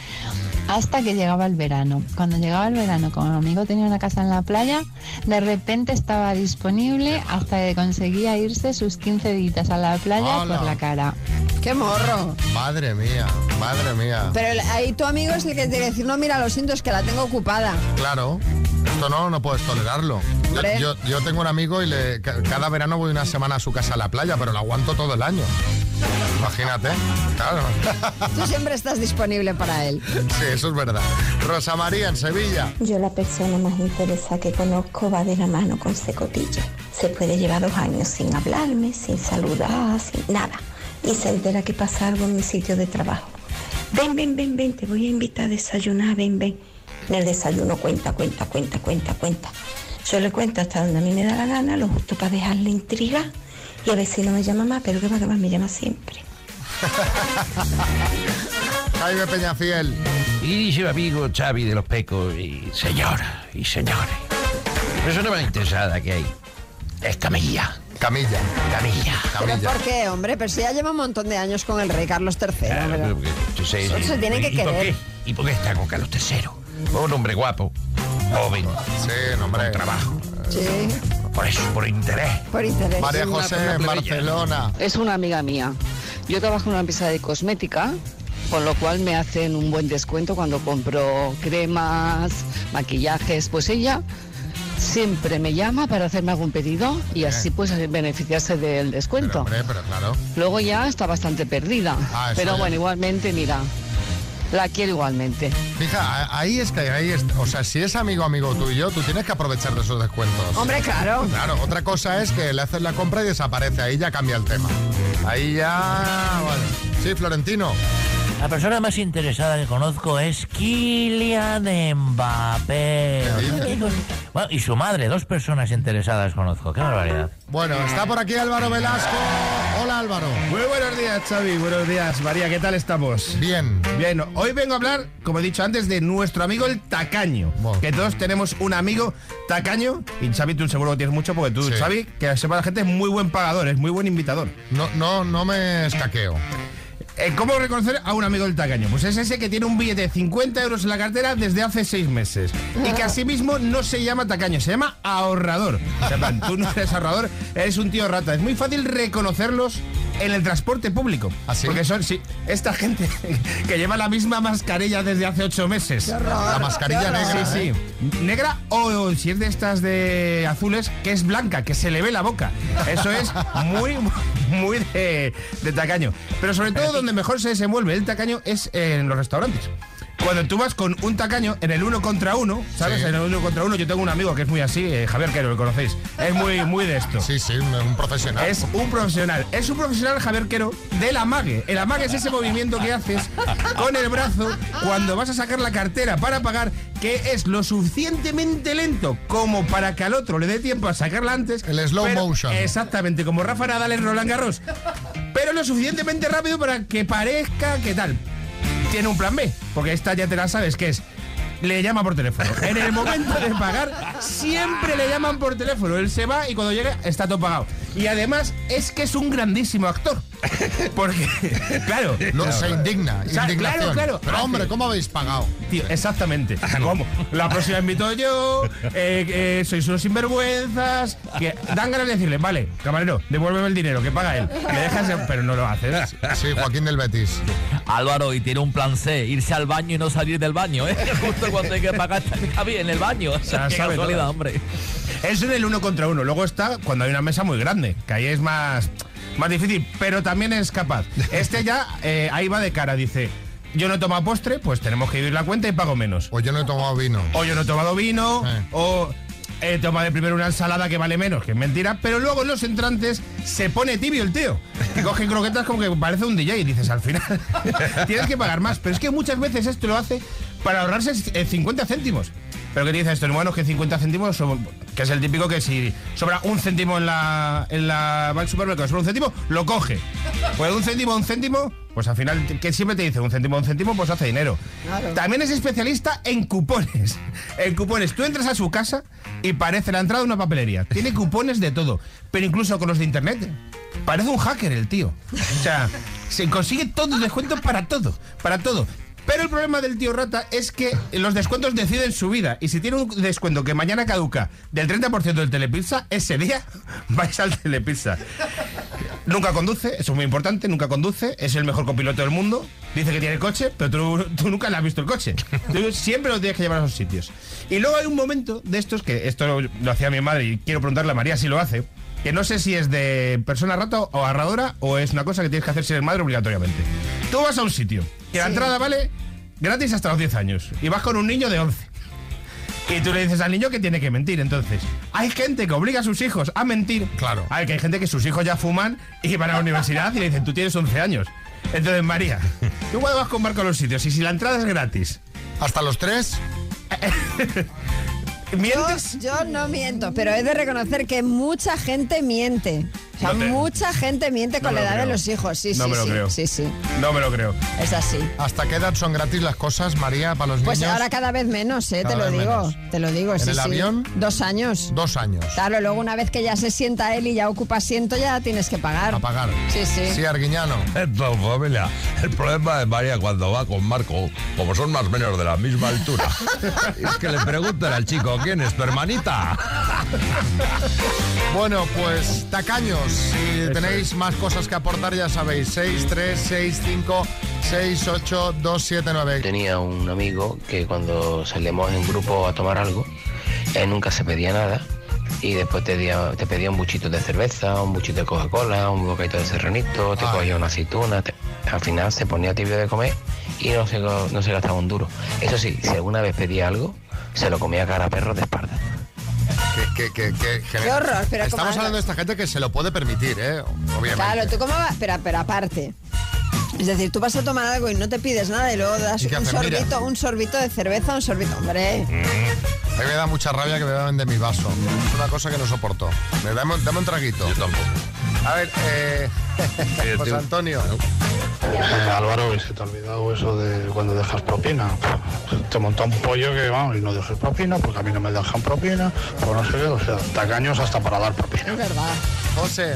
Speaker 1: hasta que llegaba el verano. Cuando llegaba el verano, como mi amigo tenía una casa en la playa, de repente estaba disponible hasta que conseguía irse sus 15 días a la playa
Speaker 2: ¡Hala!
Speaker 1: por la cara.
Speaker 3: ¡Qué morro!
Speaker 2: Madre mía, madre mía.
Speaker 3: Pero el- ahí tu amigo es el que te decir, no, mira, lo siento, es que la tengo ocupada.
Speaker 2: Claro. Esto no, no puedes tolerarlo. Yo,
Speaker 3: Hombre.
Speaker 2: yo- yo tengo un amigo y le, ca- cada verano voy una semana a su casa a la playa, pero lo aguanto todo el año. Imagínate. Claro.
Speaker 3: Tú siempre estás disponible para él.
Speaker 2: Sí, eso es verdad. Rosa María en Sevilla.
Speaker 9: Yo la persona más interesada que conozco va de la mano con secotilla. Se puede llevar dos años sin hablarme, sin saludar, sin nada. Y se entera que pasa algo en mi sitio de trabajo. Ven, ven, ven, ven, te voy a invitar a desayunar, ven, ven. En el desayuno cuenta, cuenta, cuenta, cuenta, cuenta. Yo le cuento hasta donde a mí me da la gana, lo justo para dejarle intriga y a ver si no me llama más, pero que va, que va, me llama siempre.
Speaker 2: Jaime Peñafiel.
Speaker 9: Y dice mi amigo Xavi de los Pecos, y señora y señores, persona más interesada que hay es Camilla.
Speaker 2: Camilla.
Speaker 9: Camilla.
Speaker 3: ¿Pero por qué, hombre? Pero si ya lleva un montón de años con el rey Carlos III.
Speaker 9: Claro,
Speaker 3: pero-
Speaker 9: pero porque, yo sé,
Speaker 3: Eso
Speaker 9: ¿y-
Speaker 3: se tiene que
Speaker 9: y por
Speaker 3: querer.
Speaker 9: qué? ¿Y por qué está con Carlos III? Un hombre guapo, joven,
Speaker 2: sí, hombre.
Speaker 9: con trabajo.
Speaker 3: Sí,
Speaker 9: Por eso, por interés.
Speaker 3: por interés.
Speaker 2: María José en Barcelona.
Speaker 24: Es una amiga mía. Yo trabajo en una empresa de cosmética, con lo cual me hacen un buen descuento cuando compro cremas, maquillajes. Pues ella siempre me llama para hacerme algún pedido y así pues beneficiarse del descuento.
Speaker 2: Hombre, pero claro.
Speaker 24: Luego ya está bastante perdida.
Speaker 2: Ah, eso
Speaker 24: pero
Speaker 2: ya.
Speaker 24: bueno, igualmente, mira, la quiero igualmente.
Speaker 2: Fija, a- ahí es que ahí es, o sea, si es amigo amigo tuyo, tú tienes que aprovechar de esos descuentos.
Speaker 3: Hombre, claro.
Speaker 2: Claro, otra cosa es que le haces la compra y desaparece, ahí ya cambia el tema. Ahí ya, bueno. Sí, Florentino.
Speaker 25: La persona más interesada que conozco es Kylian Mbappé. Bueno, y su madre, dos personas interesadas conozco. Qué barbaridad.
Speaker 2: Bueno, está por aquí Álvaro Velasco. Hola Álvaro.
Speaker 10: Muy buenos días Xavi, buenos días María, ¿qué tal estamos?
Speaker 2: Bien.
Speaker 10: Bien, hoy vengo a hablar, como he dicho antes, de nuestro amigo el tacaño. Que todos tenemos un amigo tacaño y Xavi tú seguro que tienes mucho porque tú,
Speaker 2: Sí.
Speaker 10: Xavi, que sepa la gente, es muy buen pagador, es muy buen invitador.
Speaker 2: No, no, no me escaqueo.
Speaker 10: Eh, ¿Cómo reconocer a un amigo del tacaño? Pues es ese que tiene un billete de 50 euros en la cartera desde hace seis meses. Y que asimismo no se llama tacaño, se llama ahorrador. O sea, en plan, tú no eres ahorrador, eres un tío rata. Es muy fácil reconocerlos en el transporte público. Porque son, sí, esta gente que lleva la misma mascarilla desde hace ocho meses.
Speaker 2: horror, La mascarilla qué horror. negra,
Speaker 10: Sí, sí
Speaker 2: ¿eh?
Speaker 10: negra o si es de estas de azules, que es blanca, que se le ve la boca. Eso es muy, muy de, de tacaño. Pero sobre todo donde mejor se desenvuelve el tacaño es en los restaurantes. Cuando tú vas con un tacaño en el uno contra uno, ¿sabes? En el uno contra uno, yo tengo un amigo que es muy así, eh, Javier Quero, lo conocéis. Es muy, muy de esto.
Speaker 2: Sí, sí, un profesional.
Speaker 10: Es un profesional. Es un profesional, Javier Quero, del amague. El amague es ese movimiento que haces con el brazo cuando vas a sacar la cartera para pagar, que es lo suficientemente lento como para que al otro le dé tiempo a sacarla antes. El
Speaker 2: slow motion.
Speaker 10: Exactamente, como Rafa Nadal en Roland Garros. Pero lo suficientemente rápido para que parezca que tal. Tiene un plan B, porque esta ya te la sabes que es. Le llama por teléfono. En el momento de pagar, siempre le llaman por teléfono. Él se va y cuando llega está todo pagado. Y además es que es un grandísimo actor. Porque, claro.
Speaker 2: Lo- se indigna,
Speaker 10: O sea,
Speaker 2: indignación.
Speaker 10: Claro, claro. Ah,
Speaker 2: Pero, hombre, ¿cómo habéis pagado?
Speaker 10: Tío, exactamente. ¿Cómo? La próxima invito yo, eh, eh, sois unos sinvergüenzas. Que dan ganas de decirle, vale, camarero, devuélveme el dinero, que paga él. Le dejas, pero no lo haces.
Speaker 2: Sí, Joaquín del Betis.
Speaker 5: Álvaro, y tiene un plan C, irse al baño y no salir del baño, ¿eh? Justo cuando hay que pagar está bien en el baño. O sea,
Speaker 10: Ya
Speaker 5: qué
Speaker 10: sabe
Speaker 5: casualidad,
Speaker 10: todo.
Speaker 5: hombre.
Speaker 10: Eso en el uno contra uno. Luego está cuando hay una mesa muy grande, que ahí es más, más difícil, pero también es capaz. Este ya eh, ahí va de cara, dice. Yo no he tomado postre, pues tenemos que dividir la cuenta y pago menos.
Speaker 2: O yo no he tomado vino. Eh.
Speaker 10: O yo no he tomado vino, o he tomado de primero una ensalada que vale menos, que es mentira, pero luego en los entrantes se pone tibio el tío. Y coge croquetas como que parece un DJ y dices, al final tienes que pagar más. Pero es que muchas veces esto lo hace para ahorrarse eh, 50 céntimos. Pero ¿qué te dice esto? Hermano, que 50 céntimos, son- que es el típico que si sobra un céntimo en la... En la va al supermercado, sobra un céntimo, lo coge. Pues un céntimo, un céntimo, pues al final, que siempre te dice un céntimo, un céntimo, pues hace dinero. También es especialista en cupones. En cupones. Tú entras a su casa y parece la entrada de una papelería. Tiene cupones de todo, pero incluso con los de internet. Parece un hacker el tío. O sea, se consigue todos los descuentos para todo, para todo. Pero el problema del tío Rata es que los descuentos deciden su vida. Y si tiene un descuento que mañana caduca del 30% del Telepizza, ese día vais al Telepizza. Nunca conduce, eso es muy importante, nunca conduce, es el mejor copiloto del mundo, dice que tiene coche, pero tú, tú nunca le has visto el coche. Tú siempre lo tienes que llevar a esos sitios. Y luego hay un momento de estos, que esto lo, lo hacía mi madre y quiero preguntarle a María si lo hace, que no sé si es de persona rata o ahorradora o es una cosa que tienes que hacer si eres madre obligatoriamente. Tú vas a un sitio, que la entrada vale gratis hasta los 10 años, y vas con un niño de 11. Y tú le dices al niño que tiene que mentir, entonces. Hay gente que obliga a sus hijos a mentir. Claro. Hay que hay gente que sus hijos ya fuman y van a la universidad y le dicen, tú tienes 11 años. Entonces, María, tú cuando vas con barco a los sitios y si la entrada es gratis.
Speaker 2: ¿Hasta los tres?
Speaker 10: ¿Mientes?
Speaker 3: Yo, yo no miento, pero he de reconocer que mucha gente miente. O sea,
Speaker 10: No te-
Speaker 3: mucha gente miente
Speaker 10: No
Speaker 3: con la
Speaker 10: me lo
Speaker 3: edad de
Speaker 10: creo.
Speaker 3: los hijos. Sí,
Speaker 10: No
Speaker 3: sí,
Speaker 10: me lo
Speaker 3: sí,
Speaker 10: creo.
Speaker 3: sí, sí.
Speaker 10: No me lo creo.
Speaker 3: Es así.
Speaker 2: ¿Hasta qué edad son gratis las cosas, María, para los
Speaker 3: Pues
Speaker 2: niños?
Speaker 3: ahora cada vez menos, eh, te
Speaker 2: Cada
Speaker 3: lo
Speaker 2: vez
Speaker 3: digo. Te lo digo,
Speaker 2: ¿En
Speaker 3: sí,
Speaker 2: el
Speaker 3: sí.
Speaker 2: avión?
Speaker 3: Dos años.
Speaker 2: Dos años.
Speaker 3: Claro, luego una vez que ya se sienta él y ya ocupa asiento, ya tienes que pagar.
Speaker 2: A pagar.
Speaker 3: Sí, sí.
Speaker 2: Arguiñano.
Speaker 8: Entonces, familia, el problema de María cuando va con Marco, como son más o menos de la misma altura, es que le preguntan al chico, ¿quién es tu hermanita?
Speaker 2: Bueno, pues tacaños, si tenéis más cosas que aportar ya sabéis, 6, 3, 6, 5, 6, 8, 2, 7, 9.
Speaker 6: Tenía un amigo que cuando salíamos en grupo a tomar algo, él nunca se pedía nada y después te, día- te pedía un buchito de cerveza, un buchito de Coca-Cola, un bocadito de serranito, te cogía una aceituna, te- al final se ponía tibio de comer y no se, go- no se gastaba un duro. Eso sí, si alguna vez pedía algo, se lo comía cara a perro de espalda.
Speaker 2: Que, que, que, que-
Speaker 3: Qué horror, pero ¿cómo
Speaker 2: Estamos
Speaker 3: habla?
Speaker 2: hablando de esta gente que se lo puede permitir, ¿eh? Obviamente.
Speaker 3: Claro, tú cómo vas, pero, pero aparte. Es decir, tú vas a tomar algo y no te pides nada y luego das
Speaker 2: ¿Y qué
Speaker 3: un
Speaker 2: haces? Mira.
Speaker 3: sorbito, un sorbito de cerveza, un sorbito, hombre.
Speaker 2: Mm. A mí me da mucha rabia que me beban de mi vaso. Es una cosa que no soporto. Me dame, un- dame un traguito. Yo
Speaker 8: tampoco.
Speaker 2: A ver, eh, José Antonio.
Speaker 12: Álvaro, y se te ha olvidado eso de cuando dejas propina. Te monta un pollo que vamos, y no dejes propina, porque a mí no me dejan propina, pues no sé qué, o sea, tacaños hasta para dar propina.
Speaker 2: Es verdad. José.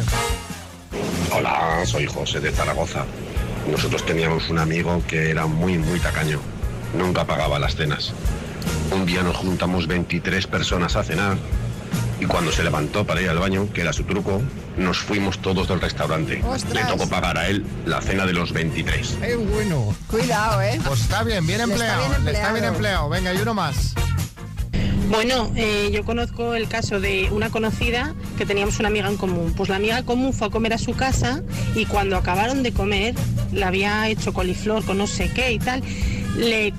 Speaker 26: Hola, soy José de Zaragoza. Nosotros teníamos un amigo que era muy, muy tacaño. Nunca pagaba las cenas. Un día nos juntamos 23 personas a cenar y cuando se levantó para ir al baño, que era su truco, nos fuimos todos del restaurante.
Speaker 3: ¡Ostras!
Speaker 26: Le tocó pagar a él la cena de los 23.
Speaker 2: Es bueno.
Speaker 3: Cuidado, ¿eh?
Speaker 2: Pues está bien, bien
Speaker 3: Le está
Speaker 2: empleado.
Speaker 3: bien
Speaker 2: Le está bien empleado.
Speaker 3: empleado.
Speaker 2: Venga, y uno más.
Speaker 27: Bueno, eh, yo conozco el caso de una conocida que teníamos una amiga en común. Pues la amiga en común fue a comer a su casa y cuando acabaron de comer, la había hecho coliflor con no sé qué y tal, le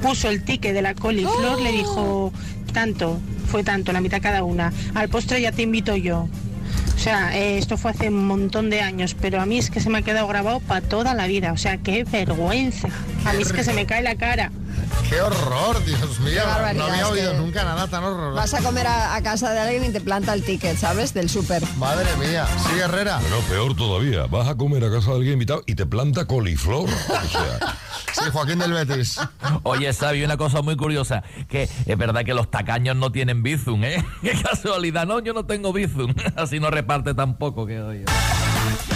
Speaker 27: puso el ticket de la coliflor, le dijo tanto, fue tanto, la mitad cada una. Al postre ya te invito yo. O sea, eh, esto fue hace un montón de años, pero a mí es que se me ha quedado grabado para toda la vida. O sea, qué vergüenza. A mí es que se me cae la cara.
Speaker 2: ¡Qué horror, Dios mío! No
Speaker 3: barbaridad,
Speaker 2: había
Speaker 3: es
Speaker 2: oído
Speaker 3: que-
Speaker 2: nunca nada tan horroroso.
Speaker 3: Vas a comer a, a casa de alguien y te planta el ticket, ¿sabes? Del súper.
Speaker 2: Madre mía. Sí, Herrera.
Speaker 8: Pero peor todavía, vas a comer a casa de alguien invitado y te planta coliflor. O sea,
Speaker 2: Sí, Joaquín del Betis.
Speaker 5: Oye, Sabio, una cosa muy curiosa, que es verdad que los tacaños no tienen bizum, ¿eh? Qué casualidad, no, yo no tengo bizum, así no reparte tampoco, que oye.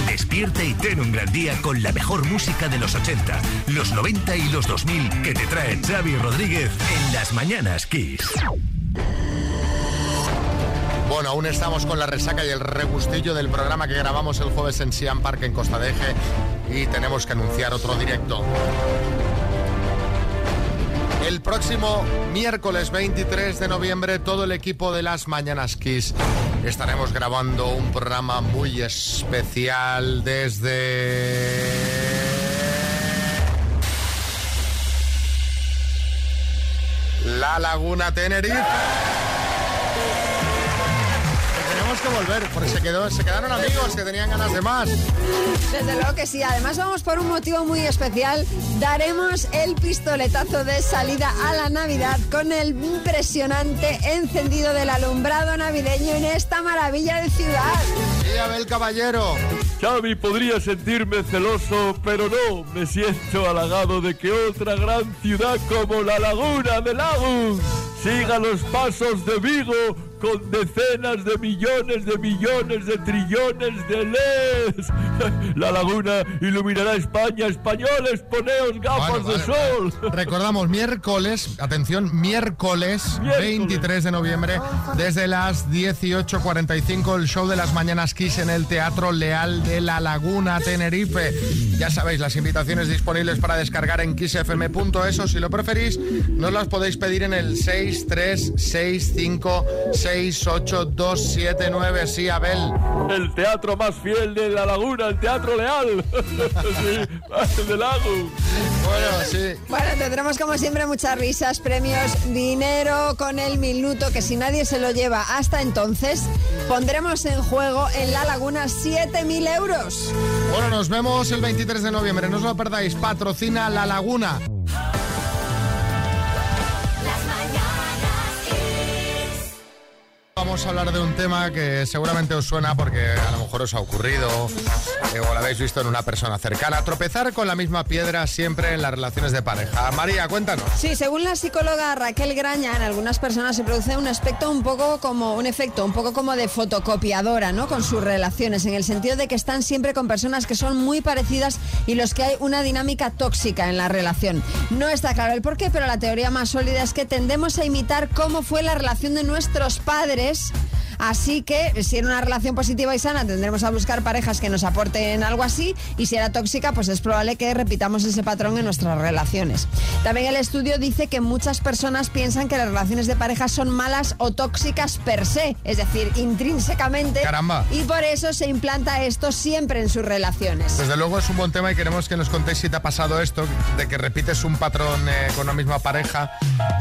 Speaker 14: Despierte y ten un gran día con la mejor música de los 80, los 90 y los 2000 que te trae Xavi Rodríguez en las mañanas Kiss.
Speaker 2: Bueno, aún estamos con la resaca y el regustillo del programa que grabamos el jueves en Siam Park en Costa de Eje y tenemos que anunciar otro directo. El próximo miércoles 23 de noviembre todo el equipo de las Mañanas Kiss estaremos grabando un programa muy especial desde La Laguna Tenerife. Tenemos que volver, porque se, quedó, se quedaron amigos que tenían ganas de más.
Speaker 3: Desde luego que sí. Además, vamos por un motivo muy especial. Daremos el pistoletazo de salida a la Navidad con el impresionante encendido del alumbrado navideño en esta maravilla de ciudad.
Speaker 2: Y Abel Caballero.
Speaker 15: Xavi, podría sentirme celoso, pero no, me siento halagado de que otra gran ciudad como la Laguna de Lagos siga los pasos de Vigo con decenas de millones de millones de trillones de leds. La Laguna iluminará España. Españoles, poneos gafas de sol.
Speaker 2: Recordamos, miércoles, atención, miércoles, 23 de noviembre, desde las 18.45, el show de las mañanas Kiss en el Teatro Leal de la Laguna, Tenerife. Ya sabéis, las invitaciones disponibles para descargar en kissfm.es o si lo preferís, nos las podéis pedir en el 636568279. Sí, Abel.
Speaker 15: El teatro más fiel de la Laguna, el Teatro Leal. Sí, el de Lagos.
Speaker 2: Bueno, sí.
Speaker 3: Bueno, tendremos como siempre muchas risas, premios, dinero con el minuto que si nadie se lo lleva hasta entonces, pondremos en juego en la laguna 7.000 euros.
Speaker 2: Bueno, nos vemos el 23 de noviembre, no os lo perdáis, patrocina La Laguna. vamos a hablar de un tema que seguramente os suena porque a lo mejor os ha ocurrido eh, o lo habéis visto en una persona cercana. Tropezar con la misma piedra siempre en las relaciones de pareja. María, cuéntanos.
Speaker 3: Sí, según la psicóloga Raquel Graña, en algunas personas se produce un aspecto un poco como un efecto, un poco como de fotocopiadora, ¿no? Con sus relaciones, en el sentido de que están siempre con personas que son muy parecidas y los que hay una dinámica tóxica en la relación. No está claro el porqué, pero la teoría más sólida es que tendemos a imitar cómo fue la relación de nuestros padres. Así que si era una relación positiva y sana, tendremos a buscar parejas que nos aporten algo así. Y si era tóxica, pues es probable que repitamos ese patrón en nuestras relaciones. También el estudio dice que muchas personas piensan que las relaciones de pareja son malas o tóxicas per se, es decir, intrínsecamente.
Speaker 2: Caramba.
Speaker 3: Y por eso se implanta esto siempre en sus relaciones.
Speaker 2: Desde luego es un buen tema y queremos que nos contéis si te ha pasado esto, de que repites un patrón eh, con una misma pareja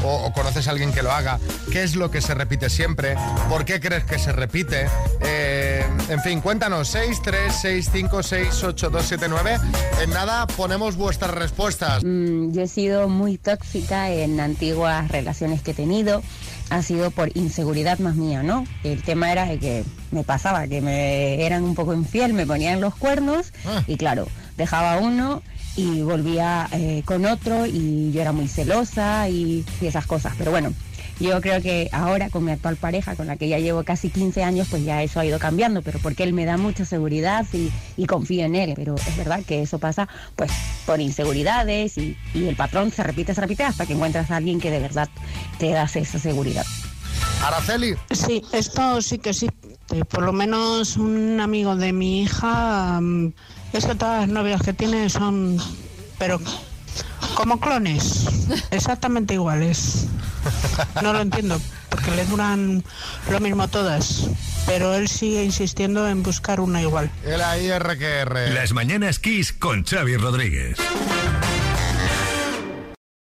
Speaker 2: o, o conoces a alguien que lo haga. ¿Qué es lo que se repite siempre? ¿Por qué crees que se repite? Eh, en fin, cuéntanos, 6, 3, 6, 5, 6, 8, 2, 7, 9. En nada ponemos vuestras respuestas.
Speaker 9: Mm, yo he sido muy tóxica en antiguas relaciones que he tenido. Ha sido por inseguridad más mía, ¿no? El tema era de que me pasaba, que me eran un poco infiel, me ponían los cuernos y claro, dejaba uno y volvía eh, con otro y yo era muy celosa y, y esas cosas. Pero bueno, yo creo que ahora con mi actual pareja, con la que ya llevo casi 15 años, pues ya eso ha ido cambiando, pero porque él me da mucha seguridad y, y confío en él. Pero es verdad que eso pasa pues por inseguridades y, y el patrón se repite, se repite hasta que encuentras a alguien que de verdad te das esa seguridad.
Speaker 2: Araceli.
Speaker 27: Sí, esto sí que sí. Eh, Por lo menos un amigo de mi hija, mm, es que todas las novias que tiene son, pero como clones, exactamente iguales. No lo entiendo, porque le duran lo mismo todas, pero él sigue insistiendo en buscar una igual.
Speaker 2: El AIRQR.
Speaker 14: Las mañanas Kiss con Xavi Rodríguez.